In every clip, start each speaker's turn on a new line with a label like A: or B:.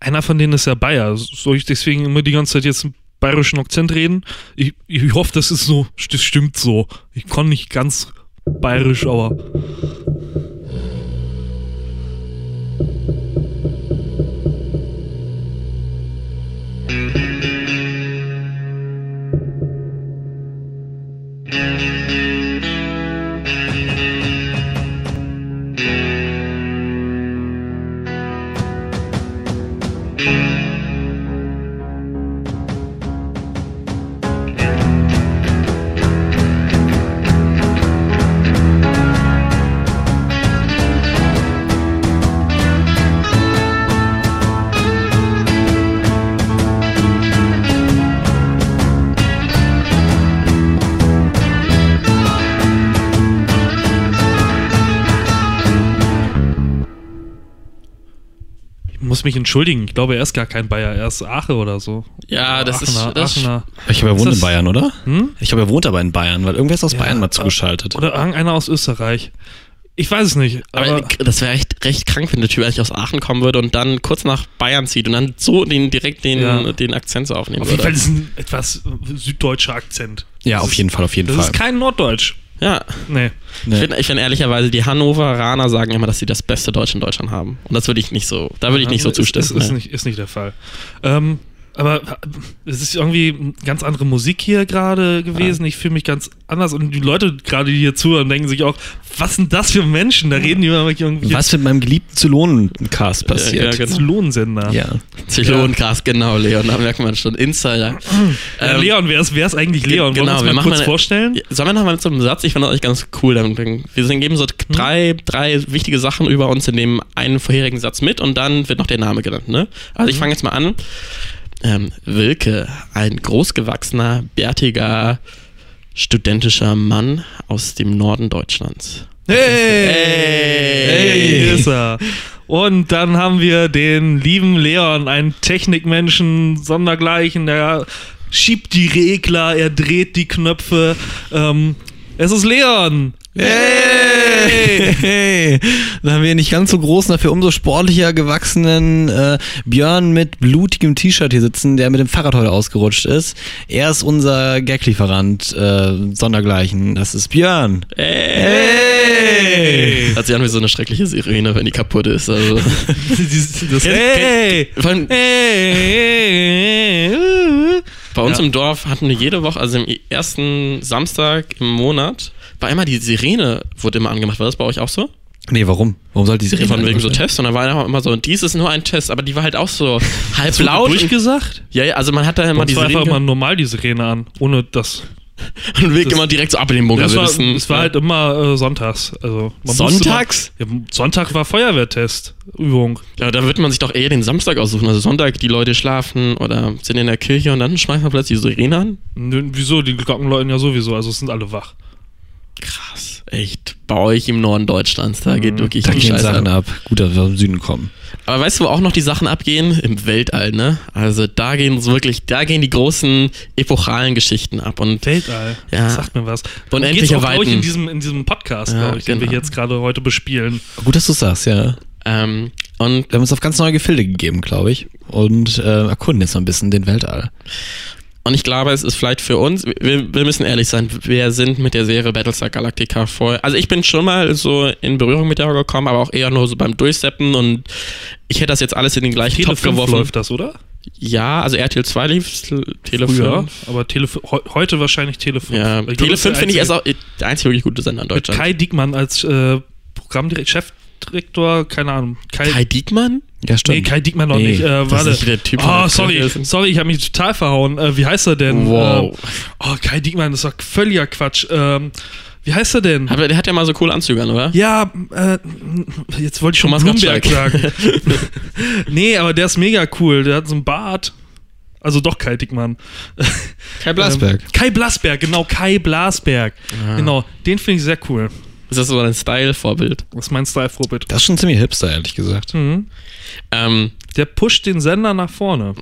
A: einer von denen ist ja Bayer. Soll ich deswegen immer die ganze Zeit jetzt einen bayerischen Akzent reden? Ich, ich hoffe, das ist so, das stimmt so. Ich kann nicht ganz bayerisch, aber. Ich muss mich entschuldigen. Ich glaube, er ist gar kein Bayer. Er ist Ache oder so.
B: Ja, das ist-
A: Aachener,
B: das ist-
A: Aachener.
C: Ich habe ja
A: Ist
C: wohnt
A: das-
C: in Bayern, oder?
A: Hm?
C: Ich habe ja wohnt aber in Bayern, weil irgendwer ist aus Bayern mal zugeschaltet.
A: Oder irgendeiner aus Österreich. Ich weiß es nicht.
B: Aber,
A: Aber,
B: das wäre echt recht krank, wenn der Typ eigentlich aus Aachen kommen würde und dann kurz nach Bayern zieht und dann so den, direkt den,
A: Ja.
B: den Akzent so aufnehmen
A: auf jeden
B: würde.
A: Fall ist es ein etwas süddeutscher Akzent.
C: ja,
A: Das
C: auf
A: ist-
C: jeden Fall, auf jeden
A: Das
C: Fall. Ne.
A: ist kein Norddeutsch.
B: ja.
A: Nee.
B: Ich
C: Nee.
B: finde ich find ehrlicherweise, die Hannoveraner sagen immer, dass sie das beste Deutsch in Deutschland haben. Und das würde ich nicht so, da würde ich nicht so
A: Also ist-
B: zustimmen.
A: Ist, ist,
B: ne.
A: nicht, ist nicht der Fall. Ähm, aber es ist irgendwie eine ganz andere Musik hier gerade gewesen. Ich fühle mich ganz anders. Und die Leute gerade, die hier zuhören, denken sich auch, was sind das für Menschen? Da reden die immer mit irgendwie
C: Was mit meinem geliebten Zylonen-Cast passiert.
B: Ja, genau.
A: Lohnsender.
C: Ja.
B: Zylongras, genau, Leon, da merkt man schon. Insider.
A: Äh,
B: Ähm,
A: Leon, wer ist, wer ist eigentlich
B: ge-
A: Leon?
B: genau,
A: Wollen wir uns
B: wir
A: mal
B: machen
A: kurz
B: mal eine-
A: vorstellen?
B: Ja, Sollen wir nochmal zum Satz? Ich fand das eigentlich ganz cool. Dann, dann, wir sind geben so drei, drei wichtige Sachen über uns in dem einen vorherigen Satz mit und dann wird noch der Name genannt. Ne? Also ich fange jetzt mal an. Ähm, Wilke, ein großgewachsener, bärtiger, studentischer Mann aus dem Norden Deutschlands.
A: Hey!
B: Hey!
A: Hier ist er. Und dann haben wir den lieben Leon, einen Technikmenschen sondergleichen, der schiebt die Regler, er dreht die Knöpfe. Ähm, es ist Leon!
C: Hey! Hey! Dann haben wir nicht ganz so großen, dafür umso sportlicher gewachsenen äh, Björn mit blutigem T-Shirt hier sitzen, der mit dem Fahrrad heute ausgerutscht ist. Er ist unser Gaglieferant, äh, Sondergleichen. Das ist Björn.
B: Äh.
C: Hey!
B: Hat sich an wie so eine schreckliche Sirene, wenn die kaputt ist. Also.
A: Das hey!
B: Hey! Vor allem,
A: Hey!
B: Bei uns
A: Ja.
B: im Dorf hatten wir jede Woche, also im ersten Samstag im Monat, war immer die Sirene, wurde immer angemacht. War das bei euch auch so?
C: Nee, warum? Warum sollte die
B: Von wegen so
C: sein?
B: Tests. Und da war immer so, dies ist nur ein Test, aber die war halt auch so halb laut. und-
A: Durchgesagt?
B: Ja, ja, also man hat da immer
A: Man
B: die
A: war einfach mal
B: Sirene
A: normal die Sirene an, ohne das.
B: und Weg
A: das-
B: immer direkt so ab in den Bunker.
A: Das
B: wir
A: war,
B: wissen-
A: es war halt immer äh, sonntags. Also man musste
B: Sonntags?
A: Immer, ja, Sonntag war Feuerwehrtest, Übung.
B: Ja, da wird man sich doch eher den Samstag aussuchen. Also Sonntag, die Leute schlafen oder sind in der Kirche und dann schmeißt man plötzlich die Sirene an.
A: Nö, Wieso? Die Glocken läuten ja sowieso, also es sind alle wach.
B: Krass, echt. Bei euch im Norden Deutschlands, da geht wirklich
C: Da
B: die
C: gehen
B: Scheiße ab.
C: Sachen ab. Gut, dass wir aus dem Süden kommen.
B: Aber weißt du, wo auch noch die Sachen abgehen? Im Weltall, ne? Also da gehen so wirklich, da gehen die großen epochalen Geschichten ab. Und
A: Weltall,
B: Ja.
A: das sagt mir was. Darum
B: Unendliche
A: geht's auch, glaub ich,
B: Weiten.
A: in diesem, in diesem Podcast,
B: Ja,
A: glaub ich, den wir
B: genau.
A: jetzt gerade heute bespielen.
C: Gut, dass du sagst, ja.
B: ähm, und
C: Wir haben uns auf ganz neue Gefilde gegeben, glaube ich. Und äh, erkunden jetzt noch ein bisschen den Weltall.
B: Und ich glaube, es ist vielleicht für uns, wir, wir müssen ehrlich sein, wir sind mit der Serie Battlestar Galactica voll. Also ich bin schon mal so in Berührung mit der gekommen, aber auch eher nur so beim Durchseppen und ich hätte das jetzt alles in den gleichen
A: Tele
B: Topf
A: 5
B: geworfen.
A: läuft das, oder?
B: Ja, also RTL 2 lief, Tele 5.
A: Früher, aber Tele heu, heute wahrscheinlich Tele 5.
B: Ja,
A: Ich glaub,
B: Tele
A: das ist
B: 5
A: der
B: finde ich erst
A: einzige-
B: auch der einzige wirklich gute Sender in
A: Mit
B: Deutschland.
A: Kai Diekmann als äh, Programmdirektor, Chefdirektor, keine Ahnung. Kai,
B: Kai Diekmann?
C: Ja,
A: nee, Kai Diekmann noch
C: Nee,
A: nicht. Äh,
B: das
A: warte.
B: ist der Typ,
A: oh,
B: der-
A: sorry, sorry, ich habe mich total verhauen. Äh, wie heißt er denn?
B: Wow.
A: Ähm, oh, Kai Diekmann, das ist doch völliger Quatsch. Ähm, wie heißt er denn?
B: Aber der hat ja mal so coole Anzüge an, oder?
A: Ja, äh, jetzt wollte ich schon
B: Thomas
A: Bloomberg sagen.
B: Gottschalk.
A: nee, aber der ist mega cool. Der hat so einen Bart. Also doch Kai Dickmann.
B: Kai
C: Blasberg.
A: Ähm, Kai Blasberg, genau, Kai Blasberg. Genau, den finde ich sehr cool.
B: Ist das so ein Style-Vorbild?
A: Das ist mein Style-Vorbild.
C: Das ist schon ziemlich hipster, ehrlich gesagt.
A: Mhm.
B: Ähm,
A: Der pusht den Sender nach vorne.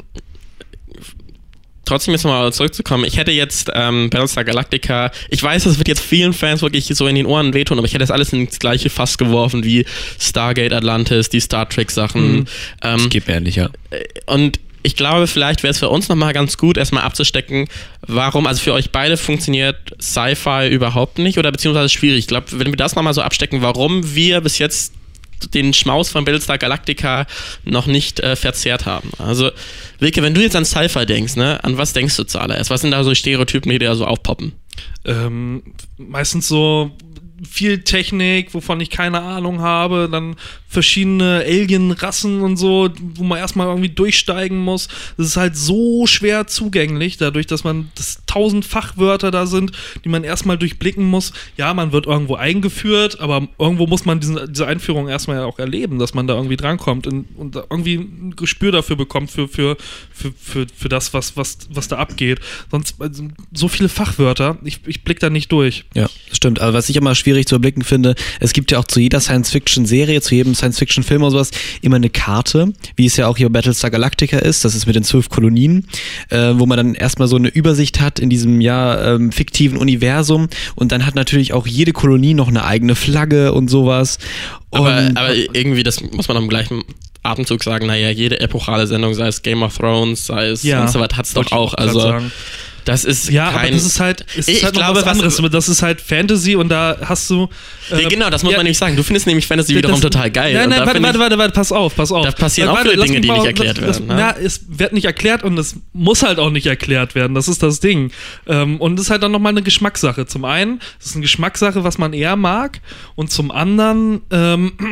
B: trotzdem jetzt nochmal zurückzukommen, ich hätte jetzt ähm, Battlestar Galactica, ich weiß, das wird jetzt vielen Fans wirklich so in den Ohren wehtun, aber ich hätte das alles ins gleiche Fass geworfen wie Stargate Atlantis, die Star Trek-Sachen.
A: Mhm.
B: Ähm,
C: Ich gebe ehrlich, ja.
B: Äh, und ich glaube, vielleicht wäre es für uns nochmal ganz gut, erstmal abzustecken, warum, also für euch beide funktioniert Sci-Fi überhaupt nicht oder beziehungsweise schwierig. Ich glaube, wenn wir das nochmal so abstecken, warum wir bis jetzt den Schmaus von Battlestar Galactica noch nicht äh, verzehrt haben. Also, Wilke, wenn du jetzt an Sci-Fi denkst, ne, an was denkst du zuallererst? Was sind da so Stereotypen, die da so aufpoppen?
A: ähm, meistens so viel Technik, wovon ich keine Ahnung habe, dann verschiedene Alien-Rassen und so, wo man erstmal irgendwie durchsteigen muss. Das ist halt so schwer zugänglich, dadurch, dass man dass tausend Fachwörter da sind, die man erstmal durchblicken muss. Ja, man wird irgendwo eingeführt, aber irgendwo muss man diesen, diese Einführung erstmal ja auch erleben, dass man da irgendwie drankommt und, und da irgendwie ein Gespür dafür bekommt, für, für, für, für, für das, was, was, was da abgeht. Sonst also, so viele Fachwörter, ich, ich blick da nicht durch.
C: Ja, das stimmt. Aber was ich immer schwierig zu erblicken finde, es gibt ja auch zu jeder Science-Fiction-Serie, zu jedem Science-Fiction-Film oder sowas immer eine Karte, wie es ja auch hier bei Battlestar Galactica ist. Das ist mit den zwölf Kolonien, äh, wo man dann erstmal so eine Übersicht hat in diesem ja ähm, fiktiven Universum. Und dann hat natürlich auch jede Kolonie noch eine eigene Flagge und sowas.
B: Aber,
C: Und-
B: aber irgendwie, das muss man am gleichen Atemzug sagen, naja, jede epochale Sendung, sei es Game of Thrones, sei es
A: Ja,
B: sonst was, hat's doch
A: Wollte ich
B: auch.
A: grad
B: Also,
A: sagen.
B: das ist
A: ja,
B: kein
A: aber das ist halt, es
B: Ich
A: ist halt noch
B: glaube,
A: was
B: was-
A: anderes. Das ist halt Fantasy und da hast du. äh,
B: Ja, genau, das muss
A: ja,
B: man nämlich sagen. Du findest nämlich Fantasy
A: das-
B: wiederum total geil.
A: Nein,
B: Und
A: nein,
B: da
A: warte,
B: find
A: warte, warte, warte, pass auf, pass auf.
B: Da passieren auch
A: warte,
B: viele
A: lass
B: Dinge,
A: mich
B: die
A: mal-
B: nicht erklärt
A: das,
B: werden,
A: Das,
B: ne?
A: Ja, es wird nicht erklärt und es muss halt auch nicht erklärt werden. Das ist das Ding. Ähm, und es ist halt dann nochmal eine Geschmackssache. Zum einen, es ist eine Geschmackssache, was man eher mag. Und zum anderen, ähm,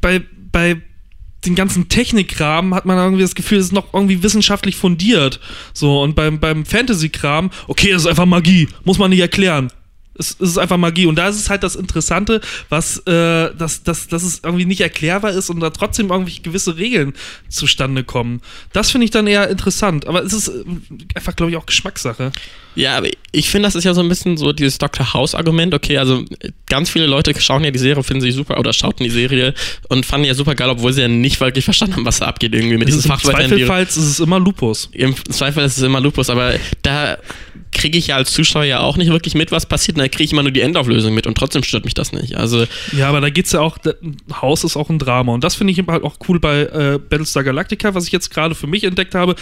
A: bei, bei den ganzen Technikkram hat man irgendwie das Gefühl, es ist noch irgendwie wissenschaftlich fundiert. So, und beim, beim Fantasy-Kram, okay, das ist einfach Magie, muss man nicht erklären. Es, es ist einfach Magie. Und da ist es halt das Interessante, was, äh, dass, dass, dass es irgendwie nicht erklärbar ist und da trotzdem irgendwie gewisse Regeln zustande kommen. Das finde ich dann eher interessant. Aber es ist äh, einfach, glaube ich, auch Geschmackssache.
B: ja, aber ich finde, das ist ja so ein bisschen so dieses Dr. House-Argument. Okay, also äh, ganz viele Leute schauen ja die Serie, finden sie super oder schauten die Serie und fanden die ja super geil, obwohl sie ja nicht wirklich verstanden haben, was da abgeht irgendwie mit
A: Es
B: diesen
A: ist Im
B: Fachwörtern. die-
A: Zweifelfalls ist es immer Lupus.
B: Im Zweifel ist es immer Lupus, aber da kriege ich ja als Zuschauer ja auch nicht wirklich mit, was passiert. Und da kriege ich immer nur die Endauflösung mit und trotzdem stört mich das nicht. Also
A: Ja, aber da geht's ja auch, da- Haus ist auch ein Drama. Und das finde ich eben halt auch cool bei äh, Battlestar Galactica, was ich jetzt gerade für mich entdeckt habe.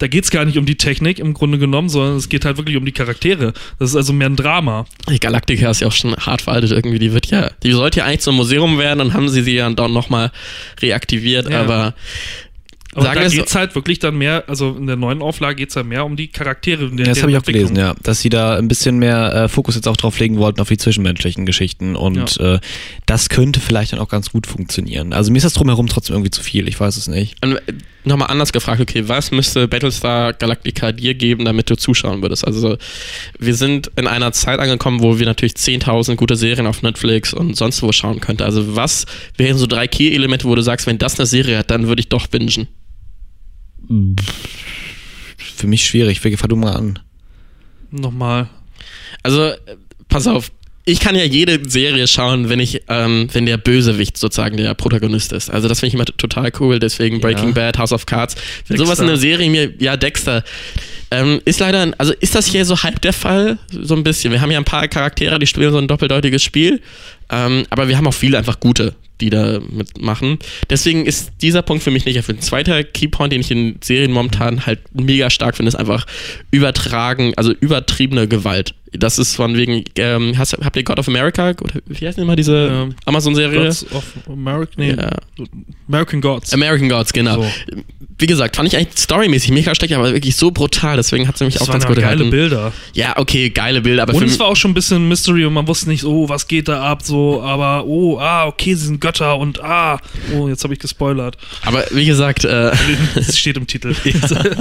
A: Da geht's gar nicht um die Technik im Grunde genommen, sondern es geht halt wirklich um die Charaktere. Das ist also mehr ein Drama.
B: Die Galaktika ist ja auch schon hart veraltet irgendwie. Die wird ja, die sollte ja eigentlich zum Museum werden und haben sie sie ja dann nochmal reaktiviert.
A: Ja.
B: Aber
A: Aber
B: Sagen
A: da
B: wir's so-
A: geht's halt wirklich dann mehr, also in der neuen Auflage geht's ja mehr um die Charaktere.
C: Ja, das habe ich auch gelesen, ja. Dass sie da ein bisschen mehr äh, Fokus jetzt auch drauf legen wollten auf die zwischenmenschlichen Geschichten. Und äh, das könnte vielleicht dann auch ganz gut funktionieren. Also mir ist das drumherum trotzdem irgendwie zu viel. Ich weiß es nicht.
B: ähm, nochmal anders gefragt, okay, was müsste Battlestar Galactica dir geben, damit du zuschauen würdest? Also wir sind in einer Zeit angekommen, wo wir natürlich 10.000 gute Serien auf Netflix und sonst wo schauen könnten. Also was wären so drei Key-Elemente, wo du sagst, wenn das eine Serie hat, dann würde ich doch bingen?
C: Für mich schwierig. Wilke, fahr du mal an.
A: Nochmal.
B: Also, äh, pass auf. Ich kann ja jede Serie schauen, wenn ich, ähm, wenn der Bösewicht sozusagen der Protagonist ist. Also das finde ich immer t- total cool. Deswegen Breaking Bad, House of Cards. Wenn sowas
A: Dexter.
B: in einer Serie mir, ja Dexter, ähm, ist leider, ein- also ist das hier so halb der Fall so ein bisschen. Wir haben ja ein paar Charaktere, die spielen so ein doppeldeutiges Spiel, ähm, aber wir haben auch viele einfach gute, die da mitmachen. Deswegen ist dieser Punkt für mich nicht erfüllt. Ein zweiter Keypoint, den ich in Serien momentan halt mega stark finde, ist einfach übertragen, also übertriebene Gewalt. Das ist von wegen, ähm, hast, habt ihr God of America, oder wie heißt denn immer diese
A: Ähm,
B: Amazon-Serie?
A: Gods of American, nee,
B: Ja.
A: American Gods.
B: American Gods, genau.
A: So.
B: Wie gesagt, fand ich eigentlich storymäßig mega schlecht, aber wirklich so brutal, deswegen hat sie mich
A: das
B: auch
A: waren
B: ganz
A: ja
B: gut
A: geile
B: gehalten.
A: Bilder.
B: Ja, okay, geile Bilder, aber
A: Und
B: für
A: es war auch schon ein bisschen Mystery und man wusste nicht, oh, was geht da ab, so, aber oh, ah, okay, sie sind Götter und ah, oh, jetzt habe ich gespoilert.
B: Aber wie gesagt, äh,
A: Das steht im Titel.
B: aber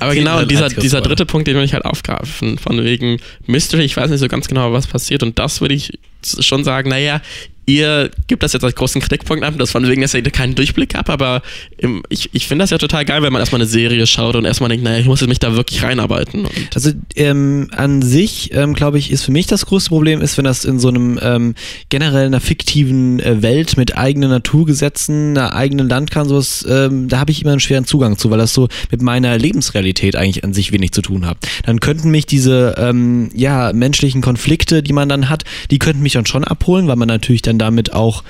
C: Klingt
B: genau
C: halt
B: dieser,
C: als
B: dieser
C: Christbäume.
B: dritte Punkt, den will ich halt aufgreifen, von wegen Mystery, ich weiß nicht so ganz genau, was passiert und das würde ich schon sagen, naja, ihr gebt das jetzt als großen Kritikpunkt ab, dass von wegen, dass ihr keinen Durchblick habt, aber im, ich, ich finde das ja total geil, wenn man erstmal eine Serie schaut und erstmal denkt, naja, ich muss jetzt mich da wirklich reinarbeiten. Und
C: Also ähm, an sich, ähm, glaube ich, ist für mich das größte Problem, ist, wenn das in so einem ähm, generell einer fiktiven äh, Welt mit eigenen Naturgesetzen, einer eigenen Landkarte, sowas, ähm, da habe ich immer einen schweren Zugang zu, weil das so mit meiner Lebensrealität eigentlich an sich wenig zu tun hat. Dann könnten mich diese ähm, ja menschlichen Konflikte, die man dann hat, die könnten mich dann schon abholen, weil man natürlich dann damit auch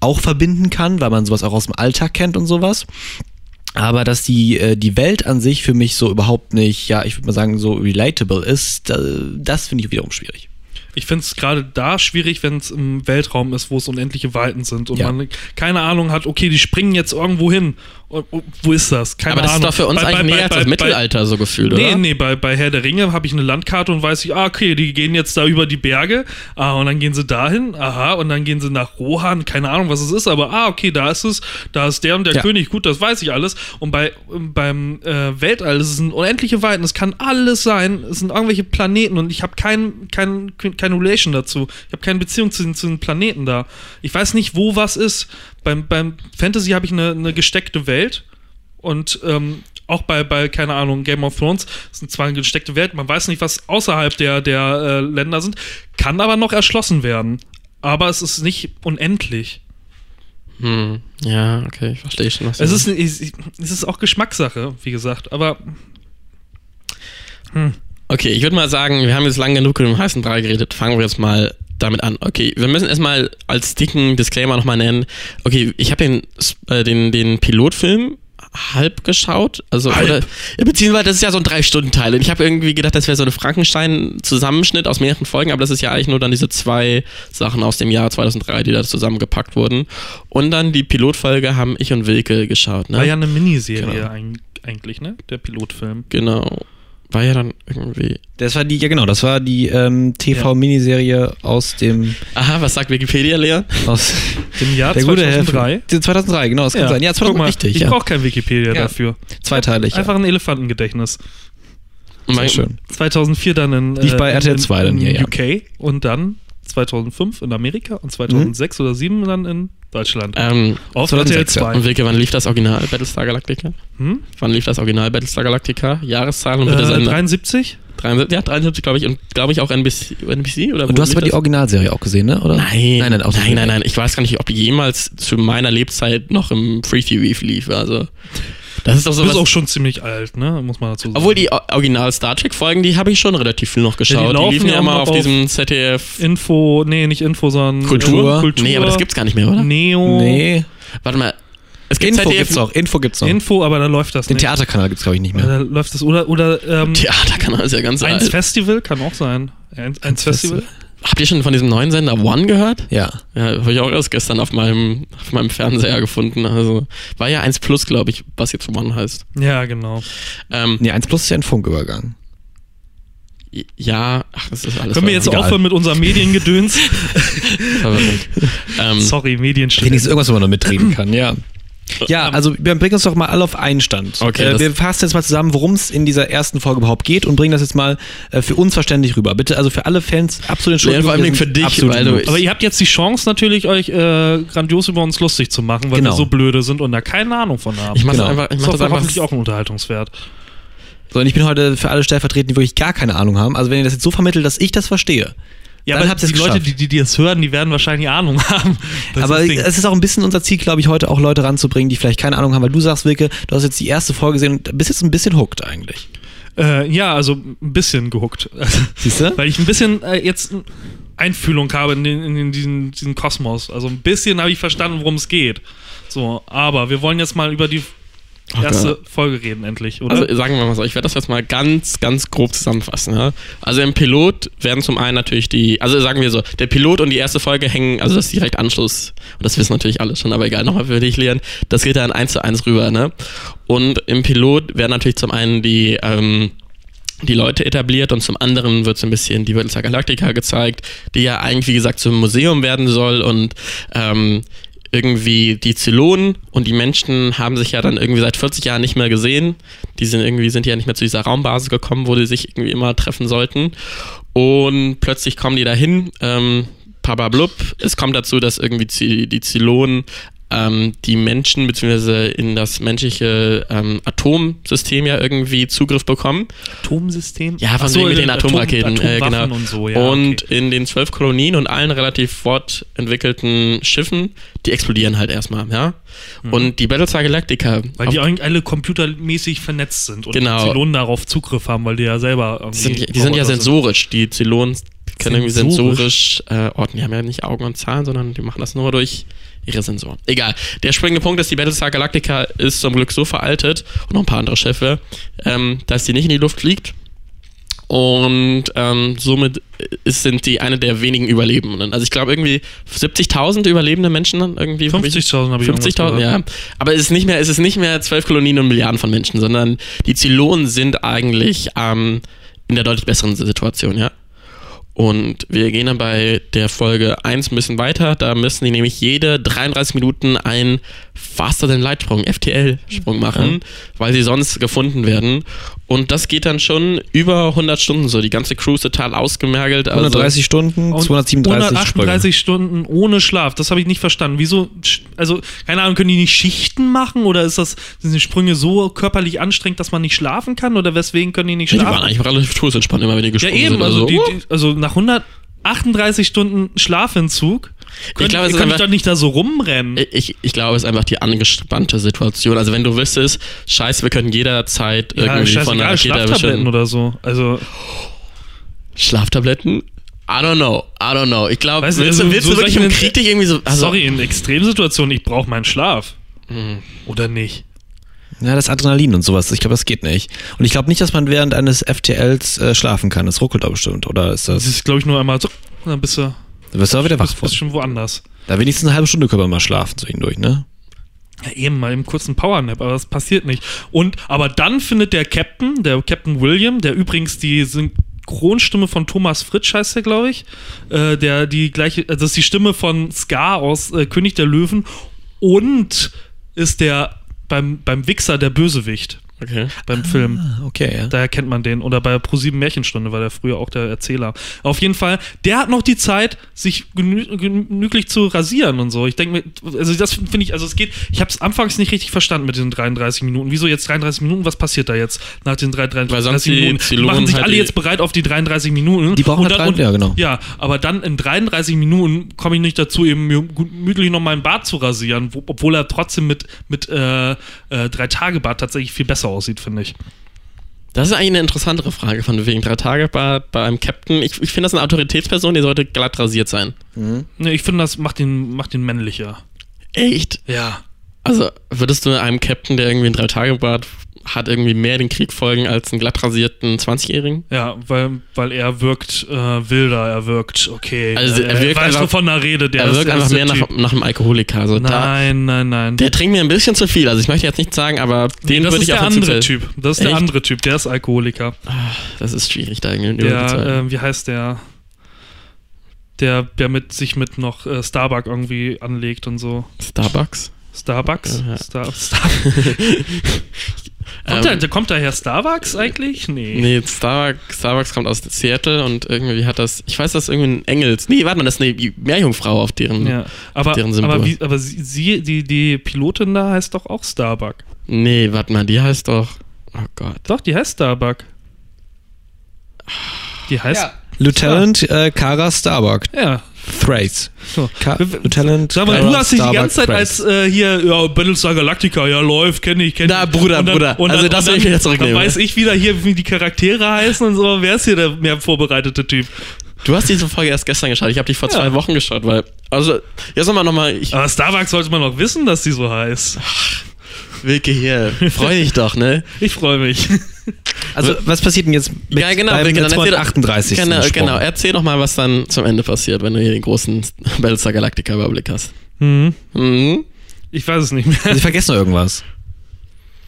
C: auch verbinden kann, weil man sowas auch aus dem Alltag kennt und sowas. Aber dass die, äh, die Welt an sich für mich so überhaupt nicht, ja, ich würde mal sagen, so relatable ist, da, das finde ich wiederum schwierig.
A: Ich finde es gerade da schwierig, wenn es im Weltraum ist, wo es unendliche Weiten sind und
C: Ja.
A: man keine Ahnung hat, okay, die springen jetzt irgendwo hin. Und, und Wo ist das? Keine
B: aber das ist
A: Ahnung.
B: doch für uns
A: Bei-
B: eigentlich
A: bei-
B: näher
A: bei-
B: als das
A: bei-
B: Mittelalter so gefühlt,
A: Nee,
B: oder?
A: nee, bei, bei Herr der Ringe habe ich eine Landkarte und weiß ich, ah, okay, die gehen jetzt da über die Berge, ah, und dann gehen sie dahin, aha, und dann gehen sie nach Rohan, keine Ahnung, was es ist, aber ah, okay, da ist es, da ist der und der
C: Ja.
A: König, gut, das weiß ich alles. Und bei, beim äh, Weltall, es sind unendliche Weiten, es kann alles sein, es sind irgendwelche Planeten und ich habe kein, kein, keine Relation dazu. Ich habe keine Beziehung zu, den- zu den Planeten da. Ich weiß nicht, wo was ist. Beim, beim Fantasy habe ich eine, eine gesteckte Welt. Und ähm, auch bei, bei, keine Ahnung, Game of Thrones sind zwar eine gesteckte Welt, man weiß nicht, was außerhalb der, der äh, Länder sind, kann aber noch erschlossen werden. Aber es ist nicht unendlich.
B: Hm. Ja, okay, ich verstehe schon. Was du
A: Es
B: meinst.
A: ist, es ist auch Geschmackssache, wie gesagt. Aber
B: okay, ich würde mal sagen, wir haben jetzt lang genug über den heißen Brei geredet, fangen wir jetzt mal damit an. Okay, wir müssen erstmal als dicken Disclaimer nochmal nennen, okay, ich habe den, äh, den, den Pilotfilm halb geschaut, also
A: Halb?
B: oder Ja, beziehungsweise das ist ja so ein drei Stunden Teil. Und ich habe irgendwie gedacht, das wäre so eine Frankenstein Zusammenschnitt aus mehreren Folgen, aber das ist ja eigentlich nur dann diese zwei Sachen aus dem Jahr 2003, die da zusammengepackt wurden. Und dann die Pilotfolge haben ich und Wilke geschaut. Ne?
A: war Ah ja eine Miniserie
B: Genau.
A: eig- eigentlich, ne? Der Pilotfilm.
B: Genau. War ja dann irgendwie.
C: Das war die, ja genau, das war die ähm, TV-Miniserie aus dem,
B: Aha, was sagt Wikipedia, Leon?
C: aus
A: Im Jahr
C: der gute Herr.
A: 2003.
C: 2003, genau, das kann sein. Ja, 2003,
A: guck mal,
C: richtig,
A: ich
C: ja.
A: brauche kein Wikipedia
C: Ja.
A: dafür.
C: Zweiteilig.
A: Einfach ein Elefantengedächtnis.
C: ja. Sehr schön.
A: 2004 dann in,
C: Lief bei RTL 2 dann
A: in,
C: hier,
A: in
C: ja.
A: UK und dann 2005 in Amerika und 2006 oder 2007 dann in Deutschland.
B: Ähm,
A: Auf
C: 2006,
A: RTL 2.
B: und Wilke, wann lief das Original Battlestar Galactica?
A: Hm?
B: Wann lief das Original Battlestar Galactica? Jahreszahl und
A: Äh,
B: bitte seine.
A: 73?
B: 73, ja, 73, glaube ich. Und glaube ich auch NBC, NBC oder
C: Und du hast
B: lief
C: aber die
B: das?
C: Originalserie auch gesehen, ne? Oder?
B: Nein,
C: Nein, nein, auch
B: nein,
C: nicht.
B: nein, nein. Ich weiß gar nicht, ob die jemals zu meiner Lebzeit noch im Free TV lief. Also, das ist doch
A: Du bist auch
B: so.
A: schon ziemlich alt, ne? Muss man dazu sagen.
B: Obwohl die O- Original Star Trek Folgen, die habe ich schon relativ viel noch geschaut. die,
A: laufen
B: liefen ja
A: ja
B: immer
A: noch
B: auf,
A: auf
B: diesem ZDF
A: Info, nee, nicht Info, sondern
B: Kultur.
A: Äh, Kultur. Mhm.
B: Nee, aber das gibt's gar nicht mehr, oder?
A: Neo.
C: Nee.
B: Warte mal. Es gibt
C: Info
B: ZDF
C: gibt's noch, Info gibt's noch.
A: Info, aber da läuft das
C: den
A: nicht.
C: Theaterkanal gibt's, glaube ich, nicht
A: Äh,
C: mehr.
A: Da läuft das. Oder, oder ähm,
B: Theaterkanal ist ja ganz
A: eins
B: alt.
A: Festival kann auch sein. Eins, eins Festival.
B: Habt ihr schon von diesem neuen Sender One gehört?
C: Ja.
B: Ja, habe ich auch erst gestern auf meinem, auf meinem Fernseher gefunden. Also war ja 1 Plus, glaube ich, was jetzt One heißt.
A: Ja, genau.
B: Ähm,
C: Nee, 1 Plus ist ja ein Funkübergang.
B: ja, ach, das ist alles.
A: Können wir jetzt
C: egal.
A: aufhören mit unserem Mediengedöns?
B: verwirrend. ähm,
A: Sorry,
C: Wenigstens
A: Medienstudent.
C: irgendwas, wo man noch mitreden kann, ja. Ja,
B: Ähm,
C: also wir bringen uns doch mal alle auf einen Stand.
B: Okay,
C: äh,
B: das-
C: wir fassen jetzt mal zusammen, worum es in dieser ersten Folge überhaupt geht und bringen das jetzt mal äh, für uns verständlich rüber. Bitte, also für alle Fans, absolut entschuldigen.
B: vor allen
C: wir
B: Dingen
C: sind
B: für dich,
C: absolut
B: weil du-
C: genug.
A: Aber ihr habt jetzt die Chance natürlich, euch äh, grandios über uns lustig zu machen, weil
C: Genau.
A: wir so blöde sind und da keine Ahnung von haben.
B: ich mache
C: genau.
B: das einfach. Ich
A: ist
B: mach
A: doch
B: das einfach
A: hoffentlich auch ein Unterhaltungswert.
C: So, und ich bin heute für alle stellvertretend, die wirklich gar keine Ahnung haben. Also wenn ihr das jetzt so vermittelt, dass ich das verstehe.
A: Ja,
C: Dann
A: aber
C: habt ihr's
A: die Leute,
C: geschafft.
A: die, die, die das hören, die werden wahrscheinlich Ahnung haben. Das
C: aber
A: ist das Ding.
C: es ist auch ein bisschen unser Ziel, glaube ich, heute auch Leute ranzubringen, die vielleicht keine Ahnung haben, weil du sagst, Wilke, du hast jetzt die erste Folge gesehen und bist jetzt ein bisschen hooked eigentlich.
A: Äh, ja, also ein bisschen gehuckt.
C: Siehst du?
A: Weil ich ein bisschen äh, jetzt Einfühlung habe in, den, in den, diesen, diesen Kosmos. Also ein bisschen habe ich verstanden, worum es geht. So, aber wir wollen jetzt mal über die
B: Ach,
A: erste Folge reden, endlich, oder?
B: Also sagen wir mal so, ich werde das jetzt mal ganz, ganz grob zusammenfassen. Ja? Also im Pilot werden zum einen natürlich die, also sagen wir so, der Pilot und die erste Folge hängen, also das ist direkt Anschluss. Und das wissen natürlich alle schon, aber egal, nochmal für dich, Leon. Das geht dann eins zu eins rüber. Ne? Und im Pilot werden natürlich zum einen die, ähm, die Leute etabliert und zum anderen wird so ein bisschen die Battlestar Galactica gezeigt, die ja eigentlich, wie gesagt, zum Museum werden soll und ähm, irgendwie die Zylonen und die Menschen haben sich ja dann irgendwie seit 40 Jahren nicht mehr gesehen. Die sind irgendwie, sind ja nicht mehr zu dieser Raumbasis gekommen, wo die sich irgendwie immer treffen sollten. Und plötzlich kommen die dahin. Ähm, Pabablub. Es kommt dazu, dass irgendwie Zy- die Zylonen ähm, die Menschen bzw. in das menschliche ähm, Atomsystem ja irgendwie Zugriff bekommen.
A: Atomsystem?
B: Ja, von
A: Ach so,
B: wegen mit den
A: äh,
B: Atomraketen.
A: Atom,
B: äh, genau.
A: Atomwaffen und so, ja.
B: Und
A: okay.
B: in den zwölf Kolonien und allen relativ fortentwickelten Schiffen, die explodieren halt erstmal, ja. Und die Battlestar Galactica,
A: Mhm. Weil die eigentlich alle computermäßig vernetzt sind und
B: Genau.
A: die Zylonen darauf Zugriff haben, weil die ja selber irgendwie.
B: die sind, ja- die sind ja
A: Roboter
B: sensorisch, die Zylonen können irgendwie
A: Sensorisch?
B: sensorisch äh, orten. Die haben ja nicht Augen und Zahlen, sondern die machen das nur durch ihre Sensoren. Egal. Der springende Punkt ist, die Battlestar Galactica ist zum Glück so veraltet und noch ein paar andere Schiffe, ähm, dass sie nicht in die Luft fliegt. Und ähm, somit ist, sind die eine der wenigen Überlebenden. Also ich glaube irgendwie 70.000 überlebende Menschen dann irgendwie.
A: 50.000 habe ich irgendwas
B: 50.000, ja. Aber es ist nicht mehr, es ist nicht mehr zwölf Kolonien und Milliarden von Menschen, sondern die Zylonen sind eigentlich ähm, in der deutlich besseren Situation, ja. Und wir gehen dann bei der Folge 1 ein bisschen weiter. Da müssen die nämlich jede 33 Minuten einen Faster-than-Light-Sprung, FTL-Sprung
A: Mhm.
B: machen, weil sie sonst gefunden werden. Und das geht dann schon über 100 Stunden so. Die ganze Crew ist total ausgemergelt. Also
C: 130 Stunden,
A: Und
C: 237 Sprünge.
A: 138 Stunden ohne Schlaf, das habe ich nicht verstanden. Wieso, sch- also, keine Ahnung, können die nicht Schichten machen oder ist das, sind die Sprünge so körperlich anstrengend, dass man nicht schlafen kann oder weswegen können die nicht
B: die waren
A: schlafen?
B: eigentlich relativ todesentspannt, immer wenn die
A: ja,
B: gesprungen
A: eben,
B: sind.
A: also,
B: Also,
A: die, die, also nach 138 Stunden Schlafentzug könnt,
B: glaube, es ist
A: könnt ich
B: einfach-
A: doch nicht da so rumrennen.
B: Ich, ich glaube, es ist einfach die angespannte Situation. Also wenn du wüsstest, scheiße, wir können jederzeit
A: ja,
B: irgendwie von
A: scheißegal,
B: einer Rakete
A: Schlaftabletten
B: erwischen.
A: oder so. Also,
B: Schlaftabletten? I don't know, I don't know. Ich glaube,
A: Weißt
B: willst,
A: du, also
B: du- willst
A: so
B: du wirklich
A: solche-
B: im Krieg dich irgendwie so... Also,
A: sorry, in Extremsituationen, ich brauche meinen Schlaf.
B: Mhm.
A: Oder nicht?
C: Ja, das Adrenalin und sowas. Ich glaube, das geht nicht. Und ich glaube nicht, dass man während eines FTLs äh, schlafen kann. Das ruckelt doch bestimmt. Oder ist
A: Das
C: das.
A: ist, glaube ich, nur einmal so, dann bist du,
C: Du wirst aber wieder wach
A: bist,
C: von.
A: bist schon woanders.
C: Da wenigstens eine halbe Stunde können wir mal schlafen zwischendurch, ne?
A: Ja, eben mal im kurzen Powernap, aber das passiert nicht. Und aber dann findet der Captain, der Captain William, der übrigens die Synchronstimme von Thomas Fritsch heißt der, glaube ich, äh, der die gleiche, also das ist die Stimme von Scar aus äh, König der Löwen und ist der beim, beim Wichser der Bösewicht
B: Okay.
A: beim Film.
C: Ah, okay, ja.
A: Daher kennt man den. Oder bei ProSieben Märchenstunde war der früher auch der Erzähler. Auf jeden Fall, der hat noch die Zeit, sich genü genüglich zu rasieren und so. Ich denke mir, also das finde ich, also es geht, ich habe es anfangs nicht richtig verstanden mit den 33 Minuten. Wieso jetzt 33 Minuten? Was passiert da jetzt nach den 33
B: Weil sonst die
A: Minuten? Die
B: Zylonen
A: machen sich
B: halt
A: alle
B: die-
A: jetzt bereit auf die 33 Minuten.
C: Die brauchen
A: Und
C: halt
A: dann-
C: drei- ja, genau.
A: Ja, aber dann in 33 Minuten komme ich nicht dazu, eben mir gemütlich noch meinen Bart zu rasieren, wo, obwohl er trotzdem mit, mit äh, äh, Drei-Tage-Bart tatsächlich viel besser aussieht, finde ich.
B: Das ist eigentlich eine interessantere Frage von wegen drei Tage bei, bei einem Captain. Ich, ich finde, das ist eine Autoritätsperson, die sollte glatt rasiert sein.
A: Ne, ich finde, das macht ihn, macht ihn männlicher.
B: Echt?
A: Ja.
B: Also würdest du einem Captain, der irgendwie einen Drei-Tage-Bart hat, irgendwie mehr den Krieg folgen als einen glatt rasierten 20-Jährigen?
A: Ja, weil, weil er wirkt äh, wilder, er wirkt, okay.
B: Also,
A: äh,
B: er wirkt
A: weiß,
B: einfach-
A: wovon er redet. Der
B: er
A: ist-
B: wirkt
A: er
B: einfach
A: ist
B: mehr
A: der
B: nach,
A: Typ.
B: nach einem Alkoholiker. Also da,
A: Nein, nein, nein.
B: der trinkt mir ein bisschen zu viel. Also ich möchte jetzt nicht sagen, aber den
A: das
B: würde
A: ist
B: ich
A: der
B: auf
A: andere
B: Fall-
A: Typ. Das ist der
B: Echt?
A: andere Typ, der ist Alkoholiker.
B: Das ist schwierig, da irgendwie
A: Der,
B: ja,
A: äh, wie heißt der? Der, der mit, sich mit noch äh, Starbuck irgendwie anlegt und so.
B: Starbucks.
A: Starbucks?
B: Ja.
A: Star, Star kommt,
B: Ähm,
A: der, kommt daher Starbucks eigentlich? Nee.
B: Nee, Starbucks, Starbucks kommt aus Seattle und irgendwie hat das. Ich weiß, das ist irgendwie ein Engels. Nee, warte mal, das ist eine Meerjungfrau auf deren.
A: Ja. Aber,
B: Hm. deren Symbol.
A: aber, wie, aber sie, sie, die, die Pilotin da heißt doch auch Starbuck.
B: Nee, warte mal, die heißt doch. Oh Gott.
A: Doch, die heißt Starbuck. Die heißt.
C: Lieutenant äh, Kara Starbuck.
A: Ja.
C: Thrace.
A: So.
C: Ka
A: Wir-
C: Lieutenant
A: Sag mal,
C: Kara
A: du hast dich die
C: Starbuck
A: ganze Zeit als
C: Thrace.
A: äh, hier, ja, Battlestar Galactica, ja, läuft, kenne ich, kenne ich.
B: Na, Bruder,
A: Und dann-
B: Bruder.
A: und dann-
B: Also, das
A: und
B: will
A: dann-
B: ich wieder zurücknehmen.
A: Dann weiß ich wieder hier, wie die Charaktere heißen und so. Wer ist hier der mehr vorbereitete Typ?
B: Du hast diese Folge erst gestern geschaut. Ich habe die vor
A: Ja. Ah.
B: zwei Wochen geschaut, weil. Also, jetzt nochmal, nochmal. Ich
A: Aber Starbucks sollte man doch wissen, dass die so heißt.
B: Wilke hier. Freu dich doch, ne?
A: Ich freue mich.
C: Also, was passiert denn jetzt mit
B: ja, genau.
C: beim
B: Wilke, dann erzähl doch-
C: 238.
B: Genau,
C: Sprung?
B: genau. Erzähl doch mal, was dann zum Ende passiert, wenn du hier den großen Battlestar Galactica-Überblick hast.
A: Hm.
B: Mhm.
A: Ich weiß es nicht mehr.
C: Sie Also, vergessen noch irgendwas.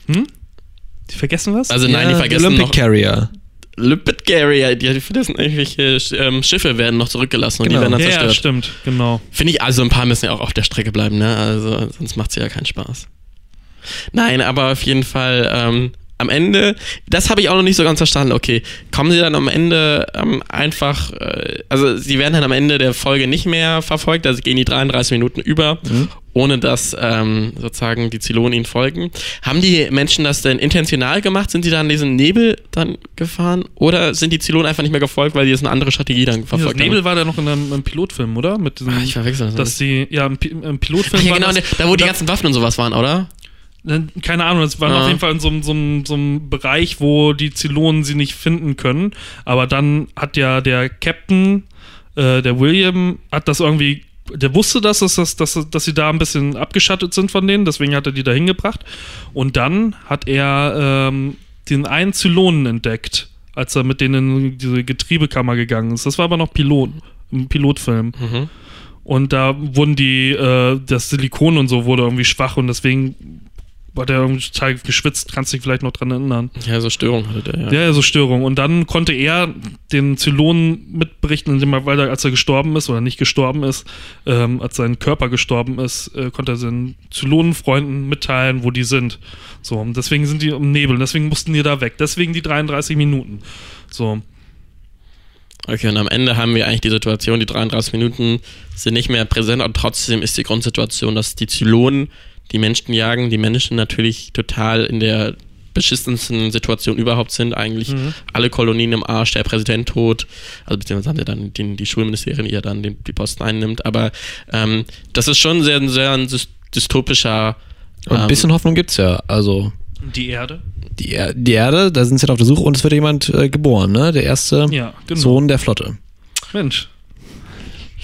A: Die vergessen was?
B: Also, nein,
C: Ja,
B: die vergessen
C: Olympic
B: noch.
C: Carrier.
B: Lipid Gary, die, die das sind irgendwelche ähm, Schiffe werden noch zurückgelassen und
C: Genau.
B: die werden dann
A: ja, ja,
B: zerstört.
A: stimmt, genau.
B: Finde ich, also ein paar müssen ja auch auf der Strecke bleiben, ne? Also sonst macht's ja keinen Spaß. Nein, aber auf jeden Fall ähm, am Ende, das habe ich auch noch nicht so ganz verstanden. Okay, kommen sie dann am Ende ähm, einfach, äh, also sie werden dann am Ende der Folge nicht mehr verfolgt, also gehen die 33 Minuten über, ohne dass ähm, sozusagen die Zylonen ihnen folgen. Haben die Menschen das denn intentional gemacht? Sind sie dann in diesen Nebel dann gefahren? Oder sind die Zylonen einfach nicht mehr gefolgt, weil die jetzt eine andere Strategie dann
A: Dieses
B: verfolgt
A: Nebel
B: haben?
A: war da noch in einem, einem Pilotfilm, oder? Mit diesem,
B: Ah, ich verwechsel das.
A: dass die, ja, im, Pi- im
B: Ach
A: Pilotfilm
B: ja,
A: war
B: genau,
A: das,
B: da wo die
A: da-
B: ganzen Waffen und sowas waren, oder?
A: Ne, Keine Ahnung, das waren
B: Ah.
A: auf jeden Fall in so, einem- so, einem- so einem Bereich, wo die Zylonen sie nicht finden können. Aber dann hat ja der Captain, äh, der William, hat das irgendwie, der wusste das, dass, das dass, dass sie da ein bisschen abgeschattet sind von denen, deswegen hat er die da hingebracht. Und dann hat er ähm, den einen Zylonen entdeckt, als er mit denen in diese Getriebekammer gegangen ist. Das war aber noch Pilot, ein Pilotfilm.
B: Mhm.
A: Und da wurden die, äh, das Silikon und so wurde irgendwie schwach und deswegen war der irgendwie total geschwitzt. Kannst dich vielleicht noch dran erinnern.
B: Ja, so Störung hatte der, ja.
A: Ja, ja, so Störung. Und dann konnte er den Zylonen mitberichten, indem er, weil er, als er gestorben ist oder nicht gestorben ist, ähm, als sein Körper gestorben ist, äh, konnte er seinen Zylonenfreunden mitteilen, wo die sind. So, und deswegen sind die im Nebel, deswegen mussten die da weg. Deswegen die 33 Minuten. So.
B: Okay, und am Ende haben wir eigentlich die Situation, die 33 Minuten sind nicht mehr präsent und trotzdem ist die Grundsituation, dass die Zylonen die Menschen jagen, die Menschen natürlich total in der beschissensten Situation überhaupt sind, eigentlich
A: Mhm.
B: alle Kolonien im Arsch, der Präsident tot, also beziehungsweise haben ja dann den, die Schulministerin, die ja dann den, die Posten einnimmt, aber ähm, das ist schon sehr, sehr ein dys- dystopischer
C: Und ein
B: ähm,
C: bisschen Hoffnung gibt's ja. Also
A: Die Erde?
C: die, Er- die Erde, da sind sie jetzt auf der Suche und es wird jemand äh, geboren, ne? Der erste
A: Ja, genau.
C: Sohn der Flotte.
A: Mensch.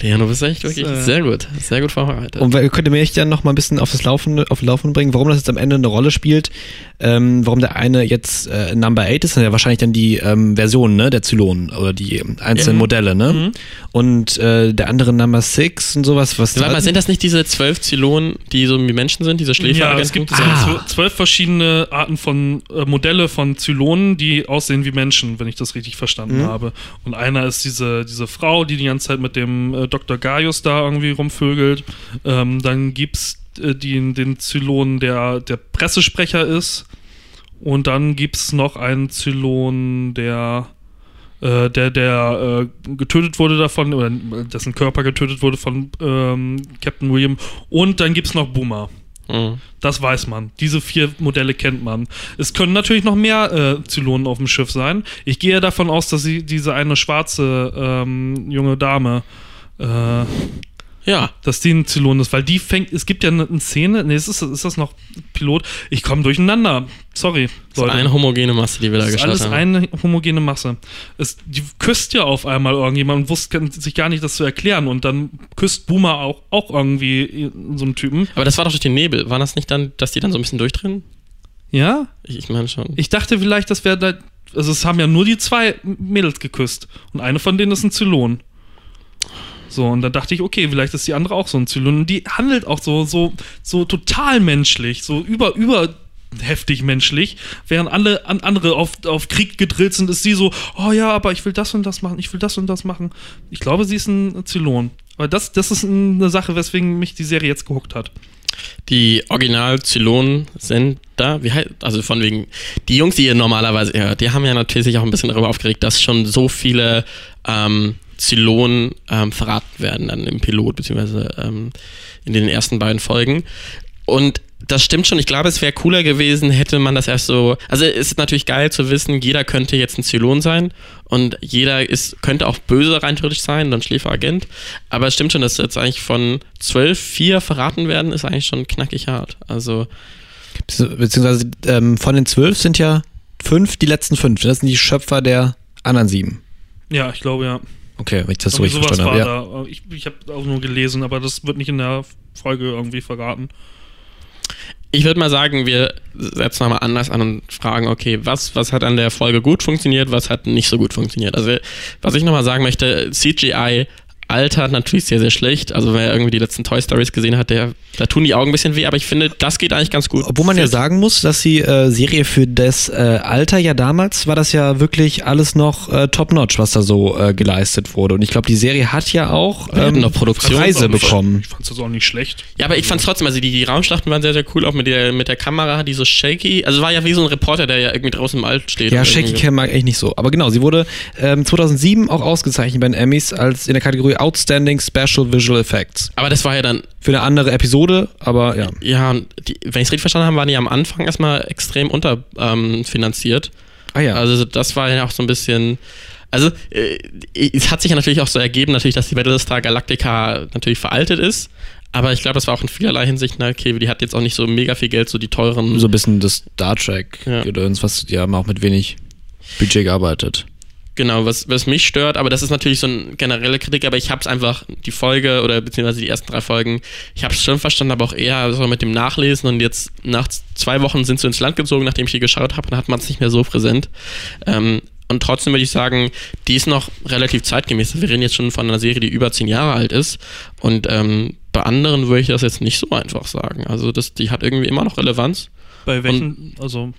B: Leon, du bist echt wirklich
A: Das, äh,
B: sehr gut, sehr gut vorbereitet.
C: Und wer- könnt ihr mir echt dann noch mal ein bisschen auf das Laufen, auf Laufen bringen, warum das jetzt am Ende eine Rolle spielt, ähm, warum der eine jetzt äh, Number 8 ist, sind ja wahrscheinlich dann die ähm, Versionen, ne, der Zylonen oder die einzelnen
A: Mhm.
B: Ja.
C: Modelle, ne? Und äh, der andere Number 6 und sowas, was
B: Warte mal, sind das nicht diese zwölf Zylonen, die so wie Menschen sind, diese Schläfer?
A: Ja, es gibt so
C: Ah.
A: zwölf verschiedene Arten von äh, Modelle von Zylonen, die aussehen wie Menschen, wenn ich das richtig verstanden habe. Und einer ist diese, diese Frau, die die ganze Zeit mit dem äh, Dr. Gaius da irgendwie rumvögelt. Ähm, dann gibt es äh, den, den Zylon, der der Pressesprecher ist. Und dann gibt es noch einen Zylon, der äh, der, der äh, getötet wurde davon, oder äh, dessen Körper getötet wurde von ähm, Captain William. Und dann gibt es noch Boomer.
B: Mhm.
A: Das weiß man. Diese vier Modelle kennt man. Es können natürlich noch mehr äh, Zylonen auf dem Schiff sein. Ich gehe davon aus, dass sie diese eine schwarze ähm, junge Dame, äh,
B: Ja,
A: dass die ein Zylon ist, weil die fängt. Es gibt ja eine, eine Szene. Nee, ist, das- ist das noch Pilot? Ich komme durcheinander. Sorry,
B: so
A: Leute.
B: eine homogene Masse, die wir da
A: Das ist alles
B: geschaffen haben.
A: eine homogene Masse. Es, die küsst ja auf einmal irgendjemand und wusste sich gar nicht, das zu erklären. Und dann küsst Boomer auch, auch irgendwie so einen Typen.
B: Aber das war doch durch den Nebel. War das nicht dann, dass die dann so ein bisschen durchdrehen?
A: Ja?
B: Ich, ich meine schon.
A: Ich dachte vielleicht, das wäre da. Also, es haben ja nur die zwei Mädels geküsst. Und eine von denen ist ein Zylon. So, und dann dachte ich, okay, vielleicht ist die andere auch so ein Zylon. Und die handelt auch so, so, so total menschlich, so über, über heftig menschlich, während alle an andere auf, auf Krieg gedrillt sind, ist sie so, oh ja, aber ich will das und das machen, ich will das und das machen. Ich glaube, sie ist ein Zylon. Aber das, das ist eine Sache, weswegen mich die Serie jetzt gehuckt hat.
B: Die Original-Zylonen sind da. Wie heißt, also von wegen, die Jungs, die ihr normalerweise hört, die haben ja natürlich sich auch ein bisschen darüber aufgeregt, dass schon so viele ähm, Zylonen ähm, verraten werden dann im Pilot, beziehungsweise ähm, in den ersten beiden Folgen. Und das stimmt schon. Ich glaube, es wäre cooler gewesen, hätte man das erst so. Also es ist natürlich geil zu wissen, jeder könnte jetzt ein Zylon sein und jeder ist, könnte auch böse rein theoretisch sein, dann Schläferagent. Aber es stimmt schon, dass jetzt eigentlich von 12, 4 verraten werden, ist eigentlich schon knackig hart. Also
C: beziehungsweise ähm, von den zwölf sind ja fünf die letzten fünf. Das sind die Schöpfer der anderen sieben.
A: Ja, ich glaube, ja.
C: Okay, wenn ich das so
A: Irgendwie
C: richtig
A: sowas
C: verstanden
A: war
C: habe. Ja.
A: da. Ich, ich habe auch nur gelesen, aber das wird nicht in der Folge irgendwie verraten.
B: ich würde mal sagen, wir setzen nochmal anders an und fragen, okay, was, was hat an der Folge gut funktioniert, was hat nicht so gut funktioniert. Also was ich nochmal sagen möchte, CGI altert natürlich sehr, sehr schlecht. Also wer irgendwie die letzten Toy Stories gesehen hat, der, da tun die Augen ein bisschen weh, aber ich finde, das geht eigentlich ganz gut.
C: Obwohl man ja sagen muss, dass die äh, Serie für das äh, Alter ja damals war das ja wirklich alles noch äh, top-notch, was da so äh, geleistet wurde. Und ich glaube, die Serie hat ja auch ähm,
B: Wir hatten noch Produktions-
C: Preise
B: und-
C: bekommen.
A: Ich fand's das auch nicht schlecht.
B: Ja, aber ich fand's trotzdem, also die, die Raumschlachten waren sehr, sehr cool, auch mit der, mit der Kamera, die so shaky, also war ja wie so ein Reporter, der ja irgendwie draußen im Alt steht.
C: Ja,
B: und
C: Shaky
B: irgendwie-
C: Cam mag ich nicht so. Aber genau, sie wurde ähm, 2007 auch ausgezeichnet bei den Emmys als in der Kategorie Outstanding Special Visual Effects.
B: Aber das war ja dann,
C: Für eine andere Episode, aber ja.
B: ja, und die, wenn ich's richtig verstanden habe, waren die am Anfang erstmal extrem unterfinanziert.
C: Ah ja.
B: Also das war ja auch so ein bisschen. Also äh, es hat sich ja natürlich auch so ergeben, natürlich, dass die Battlestar Galactica natürlich veraltet ist. Aber ich glaube, das war auch in vielerlei Hinsicht, na okay, die hat jetzt auch nicht so mega viel Geld, so die teuren.
C: so ein bisschen das Star Trek
B: Ja.
C: Gedöns, was die haben auch mit wenig Budget gearbeitet.
B: Genau, was, was mich stört, aber das ist natürlich so eine generelle Kritik, aber ich habe es einfach, die Folge oder beziehungsweise die ersten drei Folgen, ich habe es schon verstanden, aber auch eher so mit dem Nachlesen und jetzt nach z- zwei Wochen sind sie ins Land gezogen, nachdem ich die geschaut habe, dann hat man es nicht mehr so präsent. Ähm, und trotzdem würde ich sagen, die ist noch relativ zeitgemäß. Wir reden jetzt schon von einer Serie, die über zehn Jahre alt ist und ähm, bei anderen würde ich das jetzt nicht so einfach sagen. Also das, die hat irgendwie immer noch Relevanz.
A: Bei welchen, also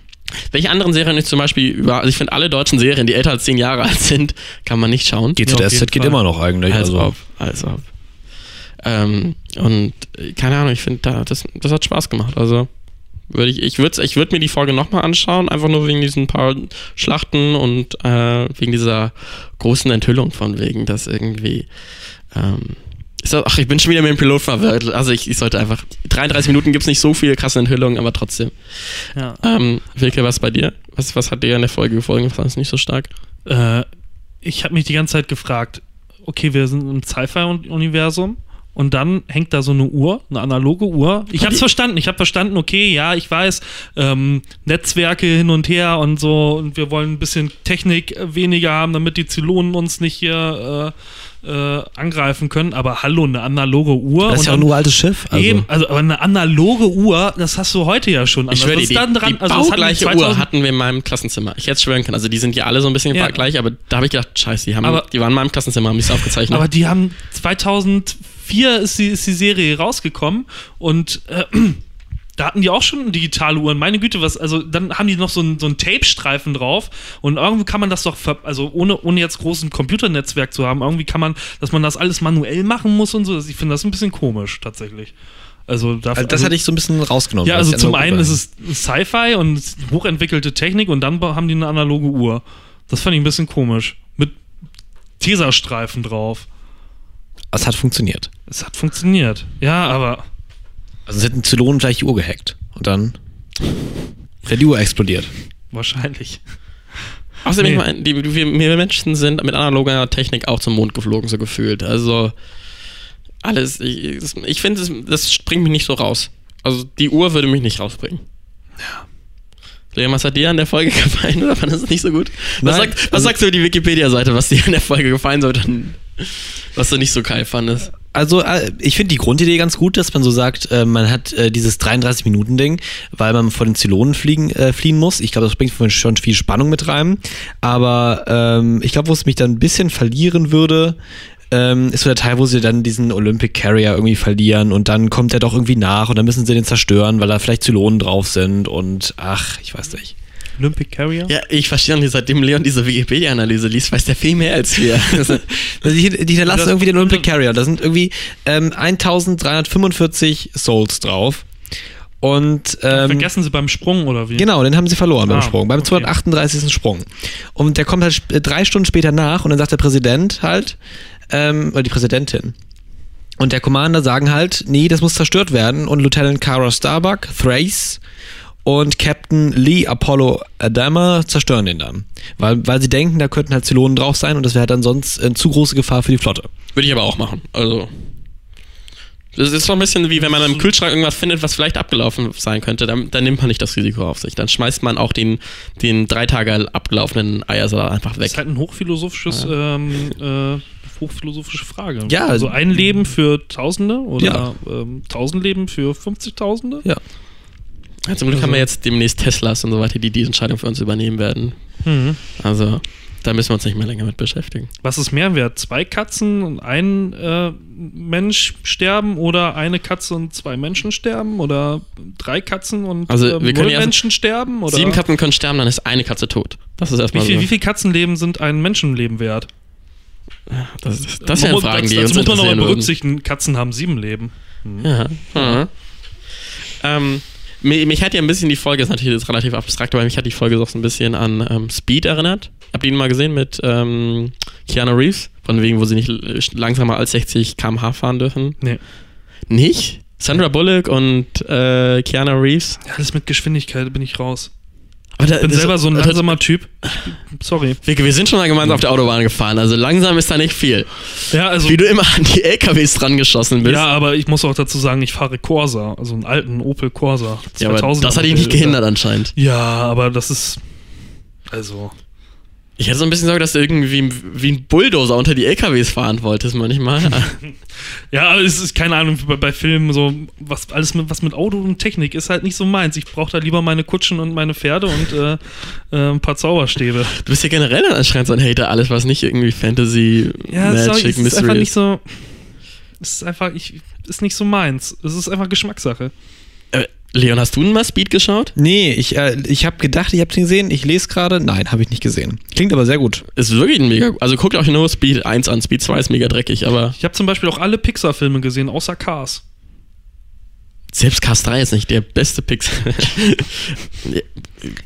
B: Welche anderen Serien ich zum Beispiel über, also ich finde alle deutschen Serien, die älter als zehn Jahre alt sind, kann man nicht schauen.
A: Ja, auf jeden Fall.
C: noch eigentlich.
B: Als
C: Also,
B: ob, als ob. Ähm, und äh, keine Ahnung, ich finde, da, das, das hat Spaß gemacht. Also würde ich, ich würde ich würd mir die Folge nochmal anschauen, einfach nur wegen diesen paar Schlachten und äh, wegen dieser großen Enthüllung von wegen, dass irgendwie. Ähm, ist das, ach, ich bin schon wieder mit dem Pilot verwirrt. Also ich, ich sollte einfach. 33 Minuten gibt es nicht so viele krasse Enthüllungen, aber trotzdem.
A: ja.
B: Ähm, Wilke, was bei dir? Was, was hat dir in der Folge gefolgt? Was fandest du nicht so stark?
A: Äh, ich habe mich die ganze Zeit gefragt, okay, wir sind im Sci-Fi-Universum und dann hängt da so eine Uhr, eine analoge Uhr. Ich habe es verstanden, ich habe verstanden, okay, ja, ich weiß, ähm, Netzwerke hin und her und so und wir wollen ein bisschen Technik äh, weniger haben, damit die Zylonen uns nicht hier äh, äh, angreifen können, aber hallo, eine analoge Uhr.
C: das ist
A: und
C: ja auch
A: dann-
C: nur ein altes Schiff. Also.
A: Eben, also aber eine analoge Uhr, das hast du heute ja schon. anders.
B: Ich schwöre dir,
A: Was
B: die,
A: ist dann
B: die
A: also das hatten wir
B: baugleiche
A: 2000
B: Uhr hatten wir in meinem Klassenzimmer. Ich hätte es schwören können. Also die sind ja alle so ein bisschen
A: Ja.
B: gleich, aber da habe ich gedacht, scheiße, die, haben,
A: Aber-
B: die waren in meinem Klassenzimmer, haben die es aufgezeichnet.
A: Aber die haben 2004 ist die, ist die Serie rausgekommen und äh, da hatten die auch schon digitale Uhren. Meine Güte, was, also dann haben die noch so einen, so einen Tape-Streifen drauf und irgendwie kann man das doch, ver also ohne, ohne jetzt großen Computernetzwerk zu haben, irgendwie kann man, dass man das alles manuell machen muss und so. Ich finde das ein bisschen komisch tatsächlich. Also, dafür,
C: Also, das hatte ich so ein bisschen rausgenommen.
A: Ja,
C: weil
A: also
C: es
A: zum
C: analog
A: einen
C: war.
A: ist es Sci-Fi und hochentwickelte Technik und dann ba- haben die eine analoge Uhr. Das fand ich ein bisschen komisch. Mit Teserstreifen drauf.
C: Es hat funktioniert.
A: Es hat funktioniert. Ja, aber
C: Also es hätten Zylonen vielleicht die Uhr gehackt. Und dann wäre die Uhr explodiert.
A: wahrscheinlich.
B: Außerdem,
A: nee.
B: ich meine, die, die, wir Menschen sind mit analoger Technik auch zum Mond geflogen, so gefühlt. Also alles, ich, ich finde, das, das bringt mich nicht so raus. Also die Uhr würde mich nicht rausbringen. Ja. Was hat dir an der Folge gefallen oder fandest du es nicht so gut? Was,
C: Nein,
B: sagt, was
C: also-
B: sagst du über die Wikipedia-Seite, was dir an der Folge gefallen sollte,
A: Hm.
B: was du nicht so geil fandest?
C: Also äh, ich finde die Grundidee ganz gut, dass man so sagt, äh, man hat äh, dieses 33-Minuten-Ding, weil man vor den Zylonen fliegen, äh, fliehen muss. Ich glaube, das bringt schon viel Spannung mit rein. Aber ähm, ich glaube, wo es mich dann ein bisschen verlieren würde, ähm, ist so der Teil, wo sie dann diesen Olympic Carrier irgendwie verlieren und dann kommt er doch irgendwie nach und dann müssen sie den zerstören, weil da vielleicht Zylonen drauf sind und ach, ich weiß nicht.
A: Olympic Carrier?
B: Ja, ich verstehe auch nicht, seitdem Leon diese Wikipedia-Analyse liest, weiß der viel mehr als wir.
C: Also die, die hinterlassen
A: Das-
C: irgendwie den Olympic Carrier. Da sind irgendwie ähm, 1345 Souls drauf. Und ähm,
A: Vergessen sie beim Sprung oder
B: Hm.
A: wie?
C: genau, den haben sie verloren beim
A: Ah,
C: Sprung, beim
A: okay.
C: 238. Sprung. Und der kommt halt sp- äh, drei Stunden später nach und dann sagt der Präsident halt, ähm, oder die Präsidentin. Und der Commander sagen halt, nee, das muss zerstört werden. Und Lieutenant Kara Starbuck, Thrace und Captain Lee Apollo Adama zerstören den dann. Weil, weil sie denken, da könnten halt Zylonen drauf sein und das wäre halt dann sonst äh, zu große Gefahr für die Flotte.
B: Würde ich aber auch machen. Also. Das ist so ein bisschen wie wenn man im Kühlschrank irgendwas findet, was vielleicht abgelaufen sein könnte, dann, dann nimmt man nicht das Risiko auf sich. Dann schmeißt man auch den, den drei Tage abgelaufenen Eiersalat einfach weg.
A: Das ist halt ein hochphilosophisches, ähm, äh, hochphilosophische Frage.
C: Ja.
A: Also ein Leben für Tausende oder
C: Ja.
A: ähm, tausend Leben für 50.000?
C: Ja.
B: also Zum Glück haben wir jetzt demnächst Teslas und so weiter, die die Entscheidung für uns übernehmen werden.
A: Mhm.
B: Also, Da müssen wir uns nicht mehr länger mit beschäftigen.
A: Was ist Mehrwert? Zwei Katzen und ein äh, Mensch sterben oder eine Katze und zwei Menschen sterben oder drei Katzen und äh,
B: Also, wir können
A: null
B: ja-
A: Menschen sterben? Oder
B: Sieben Katzen können sterben, dann ist eine Katze tot. Das ist
A: wie
B: erstmal
A: viel,
B: so.
A: wie viel Katzenleben sind ein Menschenleben wert?
B: Das, das, das wären
A: Muss-
B: Fragen,
A: das,
B: die
A: das
B: uns
A: muss man nochmal
B: interessieren würden.
A: berücksichtigen. Katzen haben sieben Leben.
B: Ja. Mhm. Ähm, mich, mich hat ja ein bisschen die Folge, ist natürlich jetzt relativ abstrakt, aber mich hat die Folge doch so ein bisschen an ähm, Speed erinnert. Habt ihr ihn mal gesehen mit ähm, Keanu Reeves? Von wegen, wo sie nicht l- langsamer als 60 km/h fahren dürfen.
A: Nee.
B: Nicht? Sandra Bullock und äh, Keanu Reeves.
A: Ja, Alles mit Geschwindigkeit bin ich raus.
B: Aber da,
A: Ich bin
B: das-
A: selber so ein
B: das-
A: langsamer Typ. Ich, sorry.
B: Wicke, wir sind schon mal gemeinsam auf der Autobahn gefahren, also langsam ist da nicht viel.
A: Ja, also.
B: Wie du immer an die LKWs dran geschossen bist.
A: Ja, aber ich muss auch dazu sagen, ich fahre Corsa, also einen alten Opel Corsa.
B: Ja, aber
A: 2000er
B: das hat dich nicht
A: Modell.
B: gehindert anscheinend.
A: Ja, aber das ist. Also.
B: Ich hatte so ein bisschen Sorge, dass du irgendwie wie ein Bulldozer unter die LKWs fahren wolltest manchmal.
A: Ja, aber es ist keine Ahnung, bei, bei Filmen so, was alles mit, was mit Auto und Technik ist halt nicht so meins. Ich brauche da lieber meine Kutschen und meine Pferde und äh, äh, ein paar Zauberstäbe.
B: du bist ja generell anscheinend so ein Hater, alles was nicht irgendwie Fantasy,
A: Ja, sorry, es ist
B: Magic,
A: einfach
B: Mystery
A: nicht
B: ist.
A: so. Es ist einfach, ich, ist nicht so meins. Es ist einfach Geschmackssache.
B: Äh, Leon, hast du denn mal Speed geschaut?
C: Nee, ich, äh, ich habe gedacht, ich habe den gesehen. Ich lese gerade. Nein, habe ich nicht gesehen. Klingt aber sehr gut.
B: Ist wirklich ein mega, also guckt euch nur Speed 1 an, Speed 2 ist mega dreckig, aber
A: Ich habe zum Beispiel auch alle Pixar-Filme gesehen, außer Cars.
B: selbst Cars 3 ist nicht der beste Pixar.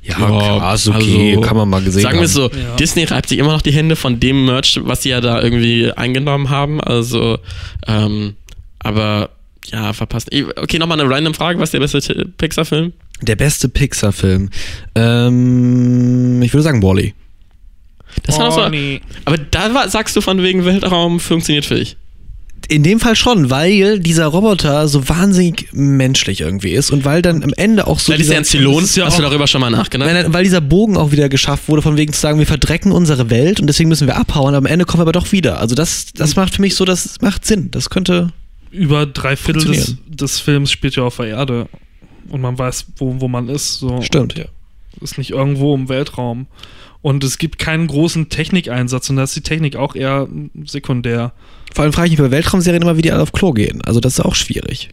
C: Ja, also
B: klar, ist okay, kann man
C: mal gesehen
B: Sagen wir es so,
A: Ja.
B: Disney reibt sich immer noch die Hände von dem Merch, was sie ja da irgendwie eingenommen haben. Also, ähm, aber ja, verpasst. Eh, Okay, nochmal eine random Frage. Was ist der beste T- Pixar-Film?
C: Der beste Pixar-Film. Ähm, ich würde sagen Wally.
B: Das war noch so,
A: Oh, nee.
B: aber da war, sagst du von wegen Weltraum funktioniert für dich.
C: In dem Fall schon, weil dieser Roboter so wahnsinnig menschlich irgendwie ist und weil dann am Ende auch so.
B: Vielleicht ist
C: dieser-
B: er ein Zylon.
A: ist ja
B: hast du
A: auch-
B: darüber schon mal nachgedacht?
C: Weil, weil dieser Bogen auch wieder geschafft wurde, von wegen zu sagen, wir verdrecken unsere Welt und deswegen müssen wir abhauen, aber am Ende kommen wir aber doch wieder. Also das, das macht für mich so, das macht Sinn. Das könnte.
A: Über drei Viertel des,
C: Funktionieren.
A: des Films spielt ja auf der Erde. Und man weiß, wo, wo man ist. So.
C: Stimmt, Oh, ja.
A: ist nicht irgendwo im Weltraum. Und es gibt keinen großen Technikeinsatz und da ist die Technik auch eher mm, sekundär.
C: Vor allem frage ich mich bei Weltraumserien immer, wie die alle auf Klo gehen. Also das ist auch schwierig.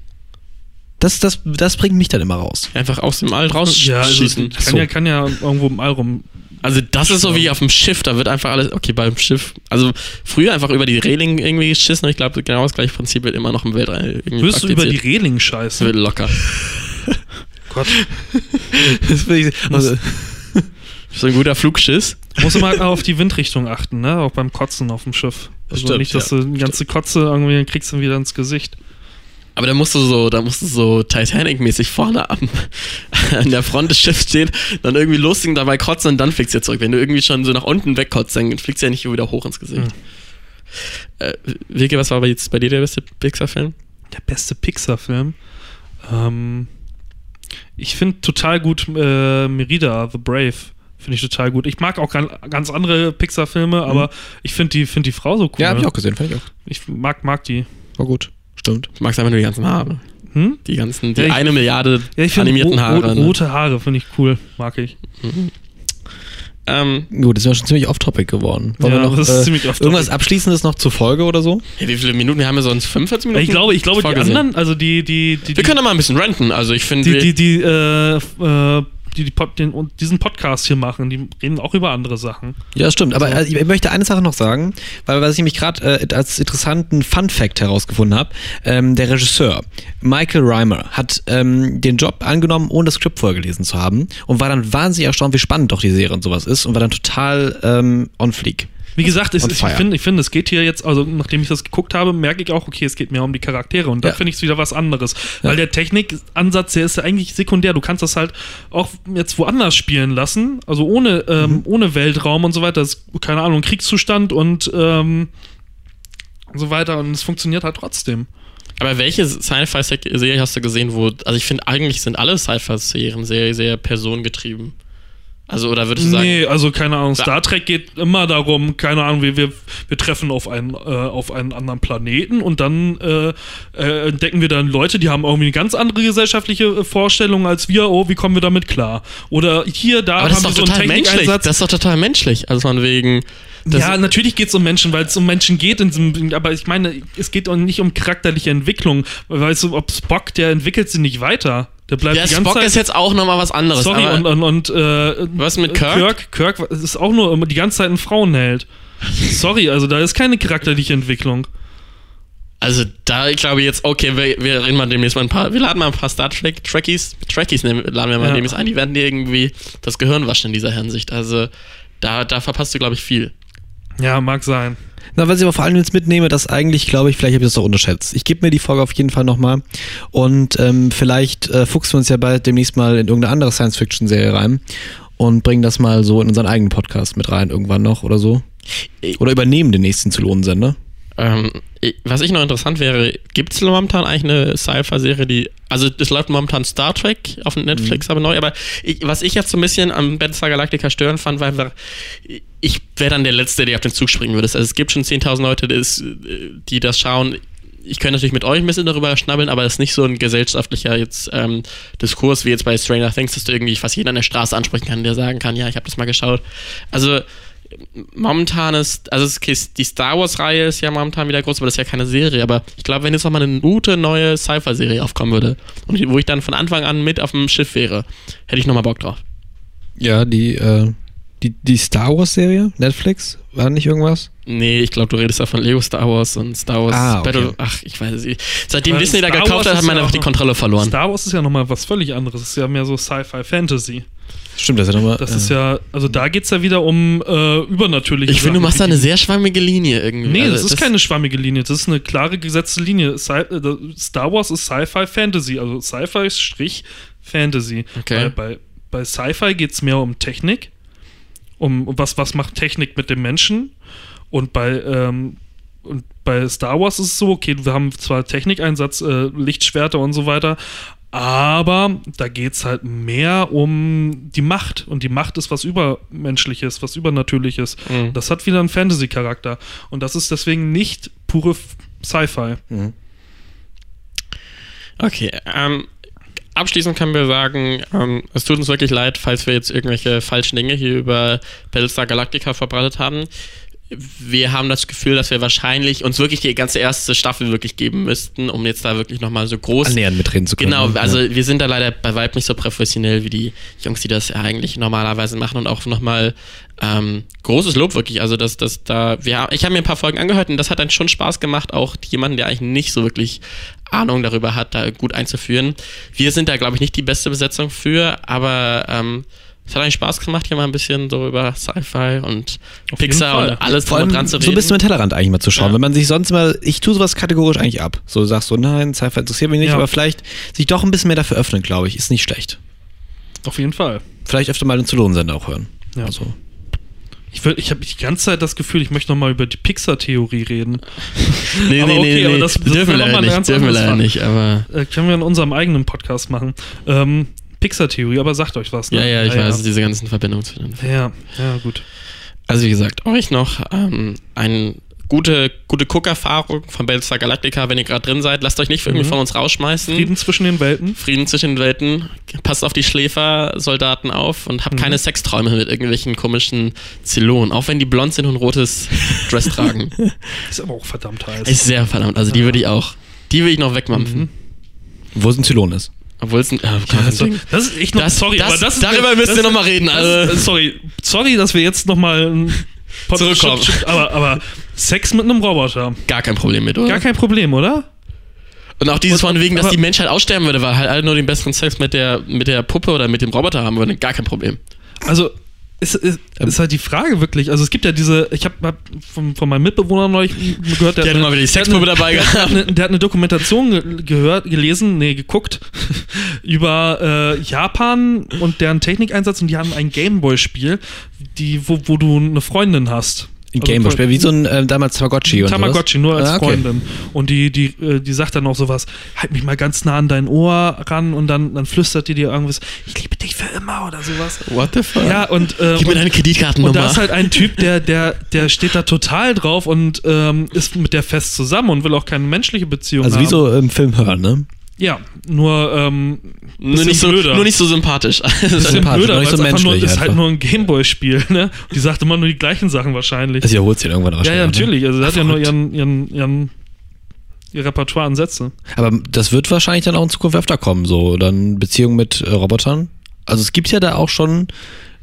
C: Das, das, das bringt mich dann immer raus.
B: Einfach aus dem All rausschießen.
A: Ja, also es kann,
B: also,
A: ja, kann ja irgendwo im All rum.
B: das ist so wie auf dem Schiff, da wird einfach alles, okay, beim Schiff, also früher einfach über die Reling irgendwie geschissen und ich glaube, genau das gleiche Prinzip wird immer noch im Weltall irgendwie
A: Wirst du über die
B: Hm, praktiziert.
A: Reling
B: Das wird
A: scheißen?
B: locker.
A: Gott.
C: Das will ich, also,
B: So ein guter Flugschiss.
A: Muss immer auf die Windrichtung achten, ne? Auch beim Kotzen auf dem Schiff. Also
B: Stimmt,
A: nicht, dass du die ganze Kotze irgendwie dann kriegst du wieder ins Gesicht.
B: Aber da musst du so, da musst du so Titanic-mäßig vorne am, an der Front des Schiffs stehen, dann irgendwie loslegen, dabei kotzen und dann fliegst du zurück. Wenn du irgendwie schon so nach unten wegkotzt, dann fliegst du ja nicht wieder hoch ins Gesicht.
A: Hm.
B: Äh, Wilke, was war aber jetzt bei dir der beste Pixar-Film?
A: Der beste Pixar-Film. Ähm, ich finde total gut äh, Merida, The Brave. Finde ich total gut. Ich mag auch gan- ganz andere Pixar-Filme,
B: Mhm.
A: aber ich finde die, find die Frau so cool. ne?
C: ja, habe ich auch gesehen, fand ich auch.
A: Ich mag, mag die.
C: War gut. Stimmt.
B: Du magst einfach nur die ganzen Haare.
A: Hm?
B: Die ganzen, die
A: Ja, ich-
B: eine Milliarde
A: Ja, ich finde
B: animierten Haare. Ne?
A: rote Haare finde ich cool. Mag ich.
B: Ähm,
C: Gut, jetzt sind wir schon ziemlich off-topic geworden. Wollen
A: Ja,
C: wir noch äh,
A: das ist ziemlich off-topic.
C: irgendwas Abschließendes noch zur Folge oder so?
B: ja, wie viele Minuten? Wir haben ja sonst 45 Minuten.
A: Ich glaube, ich glaube die
B: vorgesehen.
A: anderen, also die, die, die,
B: Wir
A: die,
B: können da mal ein bisschen renten. Also ich finde,
A: die,
B: wir-
A: die, die, äh, f- äh, die, die Pod, den, und diesen Podcast hier machen, die reden auch über andere Sachen.
C: Ja, stimmt. Aber
A: also-
C: äh, ich möchte eine Sache noch sagen, weil was ich mich gerade äh, als interessanten Fun Fact herausgefunden habe. Ähm, der Regisseur Michael Reimer hat ähm, den Job angenommen, ohne das Skript vorgelesen zu haben und war dann wahnsinnig erstaunt, wie spannend doch die Serie und sowas ist und war dann total ähm, on fleek.
A: Wie gesagt, es,
C: Und
A: ist- ich
C: feiern.
A: finde, ich finde, es geht hier jetzt, also nachdem ich das geguckt habe, merke ich auch, okay, es geht mehr um die Charaktere und dann
C: Ja.
A: finde ich es wieder was anderes. Weil der Technikansatz, der ist ja eigentlich sekundär. Du kannst das halt auch jetzt woanders spielen lassen, also ohne, ähm,
C: Mhm.
A: ohne Weltraum und so weiter. Das ist, keine Ahnung, Kriegszustand und, ähm, und so weiter und es funktioniert halt trotzdem.
B: Aber welche Sci-Fi-Serie hast du gesehen, wo, also ich finde, eigentlich sind alle Sci-Fi-Serien sehr, sehr personengetrieben. Also, oder würdest du sagen,
A: nee, also keine Ahnung.
B: Ja.
A: Star Trek geht immer darum, keine Ahnung, wir, wir, wir treffen auf einen, äh, auf einen anderen Planeten und dann äh, äh, entdecken wir dann Leute, die haben irgendwie eine ganz andere gesellschaftliche äh, Vorstellung als wir. Oh, wie kommen wir damit klar? Oder hier, da
B: aber das ist
A: haben wir
B: doch
A: so einen
B: total menschlich.
A: Technikeinsatz.
B: Das ist doch total menschlich. Also von wegen. Das
A: ja, natürlich geht es um Menschen, weil es um Menschen geht. In diesem, aber ich meine, es geht auch nicht um charakterliche Entwicklung. Weißt du, ob Spock, der entwickelt sich nicht weiter. Der bleibt
B: ja,
A: Also die ganze
B: Spock
A: Zeit.
B: ist jetzt auch nochmal was anderes.
A: sorry,
B: aber
A: und, und, und äh,
B: was mit Kirk?
A: Kirk? Kirk ist auch nur immer die ganze Zeit ein Frauenheld. Sorry, also da ist keine charakterliche Entwicklung.
B: Also da ich glaube jetzt, okay, wir, wir reden mal demnächst mal ein paar, wir laden mal ein paar Star Trek Trekkies, Trekkies nehmen- laden wir mal
A: Ja.
B: demnächst ein, die werden dir irgendwie das Gehirn waschen in dieser Hinsicht. Also da, da verpasst du, glaube ich, viel.
A: Ja, mag sein.
C: Na, was ich aber vor allem jetzt mitnehme, dass eigentlich, glaube ich, vielleicht habe ich das doch unterschätzt. Ich gebe mir die Folge auf jeden Fall nochmal und ähm, vielleicht äh, fuchsen wir uns ja bald demnächst mal in irgendeine andere Science-Fiction-Serie rein und bringen das mal so in unseren eigenen Podcast mit rein, irgendwann noch oder so. Oder übernehmen den nächsten zu Lohnsender.
B: Ähm, ich- was ich noch interessant wäre, gibt es momentan eigentlich eine Sci-Fi-Serie, die. Also es läuft momentan Star Trek auf Netflix, aber neu. Aber ich, was ich jetzt so ein bisschen am Battlestar Galactica stören fand, war einfach, ich wäre dann der Letzte, der auf den Zug springen würde. Also es gibt schon 10.000 Leute, die, ist, die das schauen. Ich könnte natürlich mit euch ein bisschen darüber schnabbeln, aber das ist nicht so ein gesellschaftlicher jetzt ähm, Diskurs wie jetzt bei Stranger Things, dass du irgendwie fast jeden an der Straße ansprechen kann, der sagen kann, ja, ich habe das mal geschaut. Also momentan ist, also es ist, die Star Wars-Reihe ist ja momentan wieder groß, aber das ist ja keine Serie. Aber ich glaube, wenn jetzt nochmal eine gute neue Sci-Fi-Serie aufkommen würde und wo ich dann von Anfang an mit auf dem Schiff wäre, hätte ich nochmal Bock drauf.
C: Ja, die, äh, die, die Star Wars-Serie, Netflix, war nicht irgendwas?
B: Nee, ich glaube, du redest ja von Lego Star Wars und Star Wars
C: Ah, okay.
B: Battle. Ach, ich weiß es nicht. Seitdem
A: Weil
B: Disney da
A: Äh, Star
B: gekauft
A: Wars
B: hat, hat
A: ist
B: man
A: ja
B: einfach die
A: auch-
B: Kontrolle verloren.
A: Star Wars ist ja nochmal was völlig anderes. Das ist ja mehr so Sci-Fi-Fantasy.
C: Stimmt, das ist ja nochmal.
B: Äh.
A: Das ist ja, also da geht es ja wieder um äh, übernatürliche
B: ich finde,
A: Sachen,
B: du machst da
A: die-
B: eine sehr schwammige Linie irgendwie.
A: Nee,
B: Also
A: das ist keine schwammige Linie. Das ist eine klare gesetzte Linie. Sci äh, Star Wars ist Sci-Fi-Fantasy. Also Sci-Fi-Fantasy.
B: Okay.
A: Bei, bei, bei Sci-Fi geht es mehr um Technik. Um was, was macht Technik mit dem Menschen. Und bei, ähm, und bei Star Wars ist es so, okay, wir haben zwar Technikeinsatz, äh, Lichtschwerter und so weiter, aber da geht es halt mehr um die Macht. Und die Macht ist was Übermenschliches, was Übernatürliches.
B: Mhm.
A: Das hat wieder einen Fantasy-Charakter. Und das ist deswegen nicht pure F- Sci-Fi.
C: äh, Mhm.
B: Okay, ähm, abschließend können wir sagen, ähm, es tut uns wirklich leid, falls wir jetzt irgendwelche falschen Dinge hier über Battlestar Galactica verbreitet haben. Wir haben das Gefühl, dass wir wahrscheinlich uns wirklich die ganze erste Staffel wirklich geben müssten, um jetzt da wirklich nochmal so groß
C: annähernd mitreden zu können. ne?
B: Genau,
A: Mhm,
C: Ja.
B: also wir sind da leider bei Weib nicht so professionell wie die Jungs, die das ja eigentlich normalerweise machen und auch nochmal ähm, großes Lob wirklich. Also dass dass da, wir, ich habe mir ein paar Folgen angehört und das hat dann schon Spaß gemacht, auch jemanden, der eigentlich nicht so wirklich Ahnung darüber hat, da gut einzuführen. Wir sind da, glaube ich, nicht die beste Besetzung für, aber ähm, es hat eigentlich Spaß gemacht, hier mal ein bisschen so über Sci-Fi und
A: Auf jeden
B: Pixar
A: Fall.
B: und alles drum
C: Vor allem
B: und dran zu
C: so ein
B: reden.
C: bisschen mit Tellerrand eigentlich mal zu schauen.
B: Ja.
C: Wenn man sich sonst immer, ich tue sowas kategorisch eigentlich ab. So sagst du, nein, Sci-Fi interessiert mich nicht,
A: Ja.
C: aber vielleicht sich doch ein bisschen mehr dafür öffnen, glaube ich, ist nicht schlecht.
A: Auf jeden Fall.
C: Vielleicht öfter mal den Zulonsender auch hören.
A: Ja.
C: Also.
A: Ich, will- ich habe die ganze Zeit das Gefühl, ich möchte nochmal über die Pixar-Theorie reden.
B: nee,
A: aber okay, aber das- das
B: dürfen wir
A: wäre noch mal
B: leider
A: eine
B: nicht,
A: ganz
B: dürfen wir
A: andere
B: leider
A: Frage.
B: nicht, aber
A: Äh, können wir in unserem eigenen Podcast machen. Ähm, Pixar-Theorie, aber sagt euch was. Ne?
B: ja, ja, ich weiß, diese ganzen Verbindungen zu den
A: Ja. ja, ja, gut.
B: Also wie gesagt, euch noch ähm, eine gute, gute Guckerfahrung von Battlestar Galactica, wenn ihr gerade drin seid. Lasst euch nicht irgendwie
A: Mhm.
B: von uns rausschmeißen.
A: Frieden zwischen den Welten.
B: Frieden zwischen den Welten. Passt auf die Schläfersoldaten auf und
A: Mhm.
B: habt keine Sexträume mit irgendwelchen komischen Zylonen. Auch wenn die blond sind und rotes Dress tragen.
A: Ist aber auch verdammt heiß.
B: Ist sehr verdammt. Also die würde ich auch, die würde ich noch wegmampfen.
A: Mhm.
C: Wo es ein Zylon ist.
B: Obwohl es ein... Oh, Gott,
A: Ja, also,
B: ein Ding.
A: das ist echt noch,
B: Das-
A: sorry,
B: das-
A: aber das ist
B: darüber
A: das,
B: müsst ihr
A: das-
B: noch mal reden,
A: das-
B: also.
A: äh, sorry, sorry, dass wir jetzt nochmal
B: Zurückkommen.
A: Aber, aber Sex mit einem Roboter,
B: Gar kein Problem mit, oder?
A: gar kein Problem, oder?
B: Und auch dieses
A: Und-
B: von wegen, dass
A: aber-
B: die Menschheit aussterben würde, weil halt alle nur den besseren Sex mit der, mit der Puppe oder mit dem Roboter haben würden. Gar kein Problem.
A: Also ist, ist, ist halt die Frage wirklich. Also es gibt ja diese, ich habe hab von, von meinem Mitbewohner neulich gehört,
B: Die
A: hat
B: hätten mal wieder die Sexpuppe dabei
A: Der hat,
B: gehabt.
A: eine, der hat eine Dokumentation ge gehört, gelesen, nee, geguckt, über äh, Japan und deren Technikeinsatz und die haben ein Gameboy-Spiel, die, wo, wo du eine Freundin hast. Also
C: Ein Gameboy-Spiel, wie so ein äh, damals Tamagotchi und
A: Tamagotchi, nur als
C: Ah, okay.
A: Freundin. Und die, die, äh, die sagt dann auch sowas, halt mich mal ganz nah an dein Ohr ran und dann, dann flüstert die dir irgendwas, ich liebe dich für immer oder sowas.
C: Oh.
B: What the fuck?
A: Ja, und, äh,
B: Gib mir
A: und,
B: deine
A: und
B: Kreditkartennummer.
A: da ist halt ein Typ, der, der, der steht da total drauf und ähm, ist mit der fest zusammen und will auch keine menschliche Beziehung
C: Also
A: haben.
C: wie so im Film hören, ne?
A: Ja, nur, ähm,
B: nur, nicht so,
A: blöder.
B: nur nicht so sympathisch.
A: bisschen
C: sympathisch,
A: blöder, weil
C: aber nicht
A: es
C: so
A: einfach nur,
C: menschlich
A: ist halt
C: einfach.
A: nur ein Gameboy-Spiel, ne? Die sagt immer nur die gleichen Sachen wahrscheinlich.
C: Also wiederholt sich irgendwann aber
A: ja, ja,
C: später, ne?
A: natürlich. Also sie hat ja nur
C: Verrückt.
A: ihren, ihren, ihren, ihr Repertoire an Sätze.
C: Aber das wird wahrscheinlich dann auch in Zukunft öfter kommen, so dann Beziehungen mit äh, Robotern. Also es gibt ja da auch schon,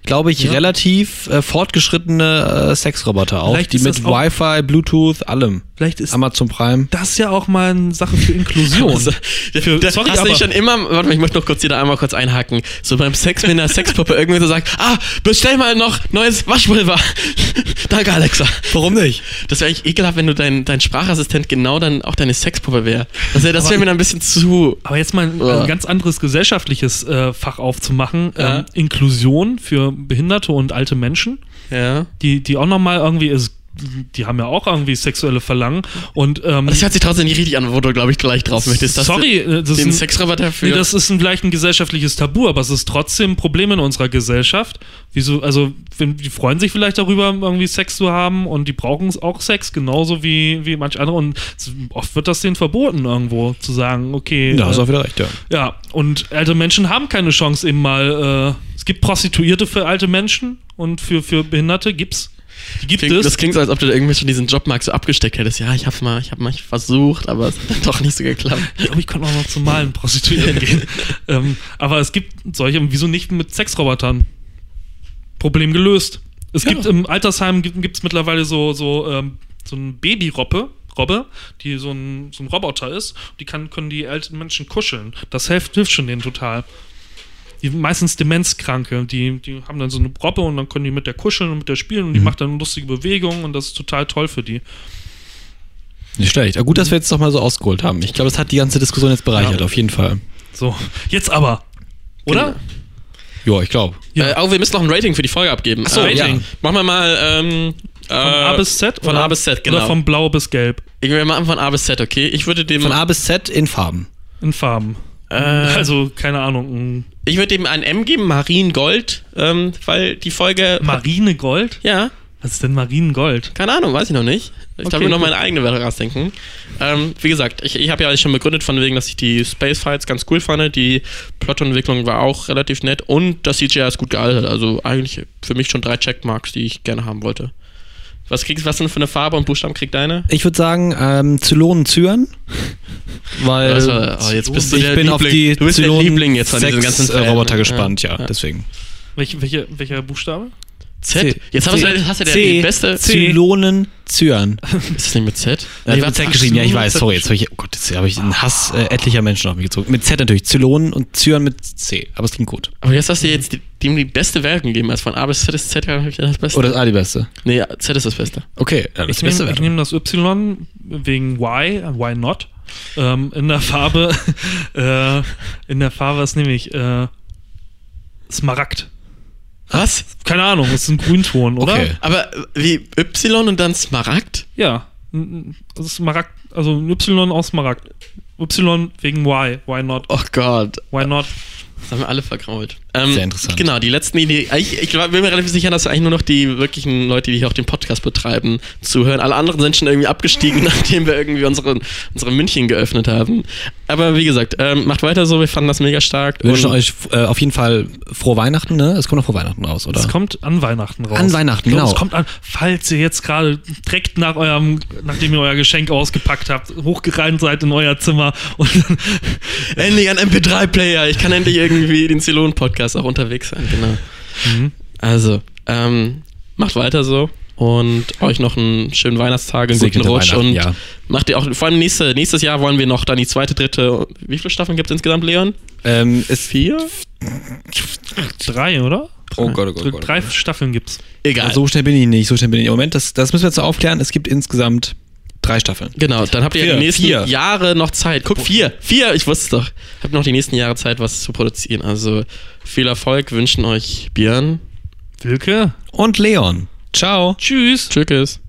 C: glaube ich,
A: Ja.
C: relativ äh, fortgeschrittene äh, Sexroboter auch,
A: Vielleicht
C: die
A: ist
C: mit
A: das auch-
C: Wi-Fi, Bluetooth, allem.
A: Vielleicht ist
C: Amazon Prime.
A: das ja auch mal eine Sache für Inklusion.
B: Also,
A: Für-
B: das
A: sorry,
B: sorry, hast du
A: aber-
B: nicht schon immer, warte mal, ich möchte noch kurz hier da einmal kurz einhaken. So beim Sex, wenn der Sexpuppe irgendwie so sagt, ah, bestell mal noch neues Waschpulver. Danke, Alexa.
C: Warum nicht?
B: Das wäre eigentlich ekelhaft, wenn du dein, dein Sprachassistent genau dann auch deine Sexpuppe wäre. Das wäre das wär
A: Aber-
B: mir dann ein bisschen zu.
A: aber jetzt mal ein,
B: Ja.
A: ein ganz anderes gesellschaftliches äh, Fach aufzumachen.
B: Ja.
A: Ähm, Inklusion für behinderte und alte Menschen,
B: Ja.
A: die, die auch nochmal irgendwie ist, die haben ja auch irgendwie sexuelle Verlangen. Und ähm,
B: Das hört sich trotzdem nicht richtig an, wo du, glaube ich, gleich drauf möchtest. dass
A: sorry, äh, das
B: Du
A: ist
B: den
A: ein-
B: Sexroboter für.
A: Nee, das ist ein, vielleicht ein gesellschaftliches Tabu, aber es ist trotzdem ein Problem in unserer Gesellschaft. Wieso, also, wenn, die freuen sich vielleicht darüber, irgendwie Sex zu haben und die brauchen es auch Sex, genauso wie, wie manche andere. Und es- oft wird das denen verboten, irgendwo zu sagen, okay.
C: Ja,
A: äh,
C: hast auch wieder recht, ja.
A: ja, und alte Menschen haben keine Chance, eben mal. Äh, es gibt Prostituierte für alte Menschen und für, für Behinderte gibt's. Die gibt
B: Klingt,
A: es.
B: das klingt so, als ob du da irgendwie schon diesen Jobmarkt so abgesteckt hättest. Ja, ich hab's mal, ich hab mal versucht, aber es hat dann doch nicht so geklappt.
A: Ich glaube, ich könnte auch noch zu malen Prostituierten gehen. Ähm, aber es gibt solche, wieso nicht mit Sexrobotern? Problem gelöst. Es gibt im Altersheim gibt es mittlerweile so, so, ähm, so ein Baby-Robbe, Robbe, die so ein, so ein Roboter ist. Die kann, können die alten Menschen kuscheln. Das hilft, hilft schon denen total. Die meistens Demenzkranke, die, die haben dann so eine Robbe und dann können die mit der kuscheln und mit der spielen und die macht dann lustige Bewegungen und das ist total toll für die.
C: Nicht schlecht. Aber gut, dass wir jetzt noch mal so ausgeholt haben. Ich glaube, das hat die ganze Diskussion jetzt bereichert,
A: Ja.
C: auf jeden Fall.
A: So, jetzt aber. Oder?
C: Ja, ich glaube.
A: Ja.
B: Äh, oh, wir müssen noch ein Rating für die Folge abgeben.
A: so,
B: äh,
A: Rating.
B: Machen wir mal. Ähm, äh,
A: Von A bis Z?
B: Von
A: oder-
B: A bis
A: Oder
B: Z, genau.
A: von Blau bis Gelb.
B: Ich will mal von A bis Z, okay? Ich würde dem.
C: Von A bis Z in Farben.
A: In Farben.
B: äh,
A: also, keine Ahnung.
B: Ich würde dem ein M geben, Mariengold, ähm, weil die Folge.
A: ein Marinegold?
B: ja,
A: Was ist denn Marinegold?
B: keine Ahnung, weiß ich noch nicht. Ich darf
A: Okay,
B: mir noch
A: gut.
B: meine eigene Welt rausdenken. Ähm, wie gesagt, ich, ich habe ja eigentlich schon begründet, von wegen, dass ich die Space Fights ganz cool fand. Die Plotentwicklung war auch relativ nett und das CGI ist gut gealtert. Also eigentlich für mich schon drei Checkmarks, die ich gerne haben wollte. Was kriegst was denn für eine Farbe und Buchstaben kriegt deine?
C: Ich würde sagen, ähm, Zylonen Zyren. Weil
B: Das war- oh, jetzt bist du
C: ich
B: der
C: bin auf
B: Liebling.
C: die
B: Du bist der
C: Zylonen
B: Liebling jetzt von
C: Sex,
B: diesen ganzen
C: äh,
B: Fällen.
C: Roboter
B: Ja.
C: gespannt, ja,
B: Ja.
C: deswegen.
A: Welche, welche, welcher Buchstabe?
B: Z.
C: C.
B: Jetzt hast du,
C: C.
B: hast du ja
C: C.
B: die beste.
C: Zylonen Zyren.
B: Ist das nicht mit Z?
C: Ja, ich hab Z geschrieben, ja, ich weiß,
A: Z
C: sorry, jetzt habe ich, oh Gott, jetzt habe ich den Hass äh, etlicher Menschen auf mich gezogen. Mit Z natürlich, Zylonen und Zyren mit C, aber es klingt gut.
B: Aber jetzt hast du jetzt die- dem die beste Wertung gegeben. Also von A bis Z ist Z, glaube ich, das Beste.
C: Oder ist A die Beste?
B: nee, Z ist das Beste.
C: Okay, ja, das
A: Ich
C: ist die beste
A: nehme
C: Wertung.
A: nehm das Y wegen Y, why not? Ähm, in der Farbe, äh, in der Farbe, was nehme ich? Äh, Smaragd.
B: Was?
A: Keine Ahnung, ist ein Grünton, oder?
C: Okay.
B: Aber äh, wie Y und dann Smaragd?
A: Ja. N- n- also Smaragd, also ein Y aus Smaragd. Y wegen Y, why not?
B: Oh Gott.
A: Why not?
B: Das haben wir alle vergrault. Ähm,
C: Sehr interessant.
B: Genau, die letzten, die, die ich, ich glaub, bin mir relativ sicher, dass eigentlich nur noch die wirklichen Leute, die hier auch den Podcast betreiben, zuhören. Alle anderen sind schon irgendwie abgestiegen, nachdem wir irgendwie unsere, unsere München geöffnet haben. Aber wie gesagt, ähm, macht weiter so, wir fanden das mega stark.
C: Wir wünschen
B: Und-
C: euch äh, auf jeden Fall frohe Weihnachten, ne? Es kommt noch frohe Weihnachten raus, oder?
A: Es kommt an Weihnachten raus.
C: An Weihnachten,
A: Ich glaube,
C: genau.
A: Es kommt an, falls ihr jetzt gerade direkt nach eurem, nachdem ihr euer Geschenk ausgepackt habt, hochgerannt seid in euer Zimmer und dann
B: Endlich ein MP3-Player. Ich kann endlich irgendwie den Ceylon-Podcast auch unterwegs sein. Genau.
C: Mhm.
B: Also, ähm, macht weiter so und euch noch einen schönen Weihnachtstag, einen guten
C: Gesegnete
B: Rutsch
C: Weihnachten,
B: und
C: ja.
B: macht ihr auch, vor allem nächste, nächstes Jahr wollen wir noch dann die zweite, dritte, wie viele Staffeln gibt es insgesamt, Leon?
C: Ähm, es,
B: Vier?
A: drei, oder?
C: oh Gott, oh Gott, oh Gott.
A: Drei Staffeln gibt's.
B: Egal.
C: So schnell bin ich nicht, so schnell bin ich. im Moment, das, das müssen wir jetzt noch aufklären. Es gibt insgesamt drei Staffeln.
B: Genau, dann habt ihr
C: Vier,
B: die nächsten
C: vier.
B: Jahre noch Zeit. Guck, vier, vier, ich wusste es doch. Habt noch die nächsten Jahre Zeit, was zu produzieren. Also viel Erfolg wünschen euch Björn
A: Wilke?
C: Und Leon. Ciao.
A: Tschüss.
B: Tschüss.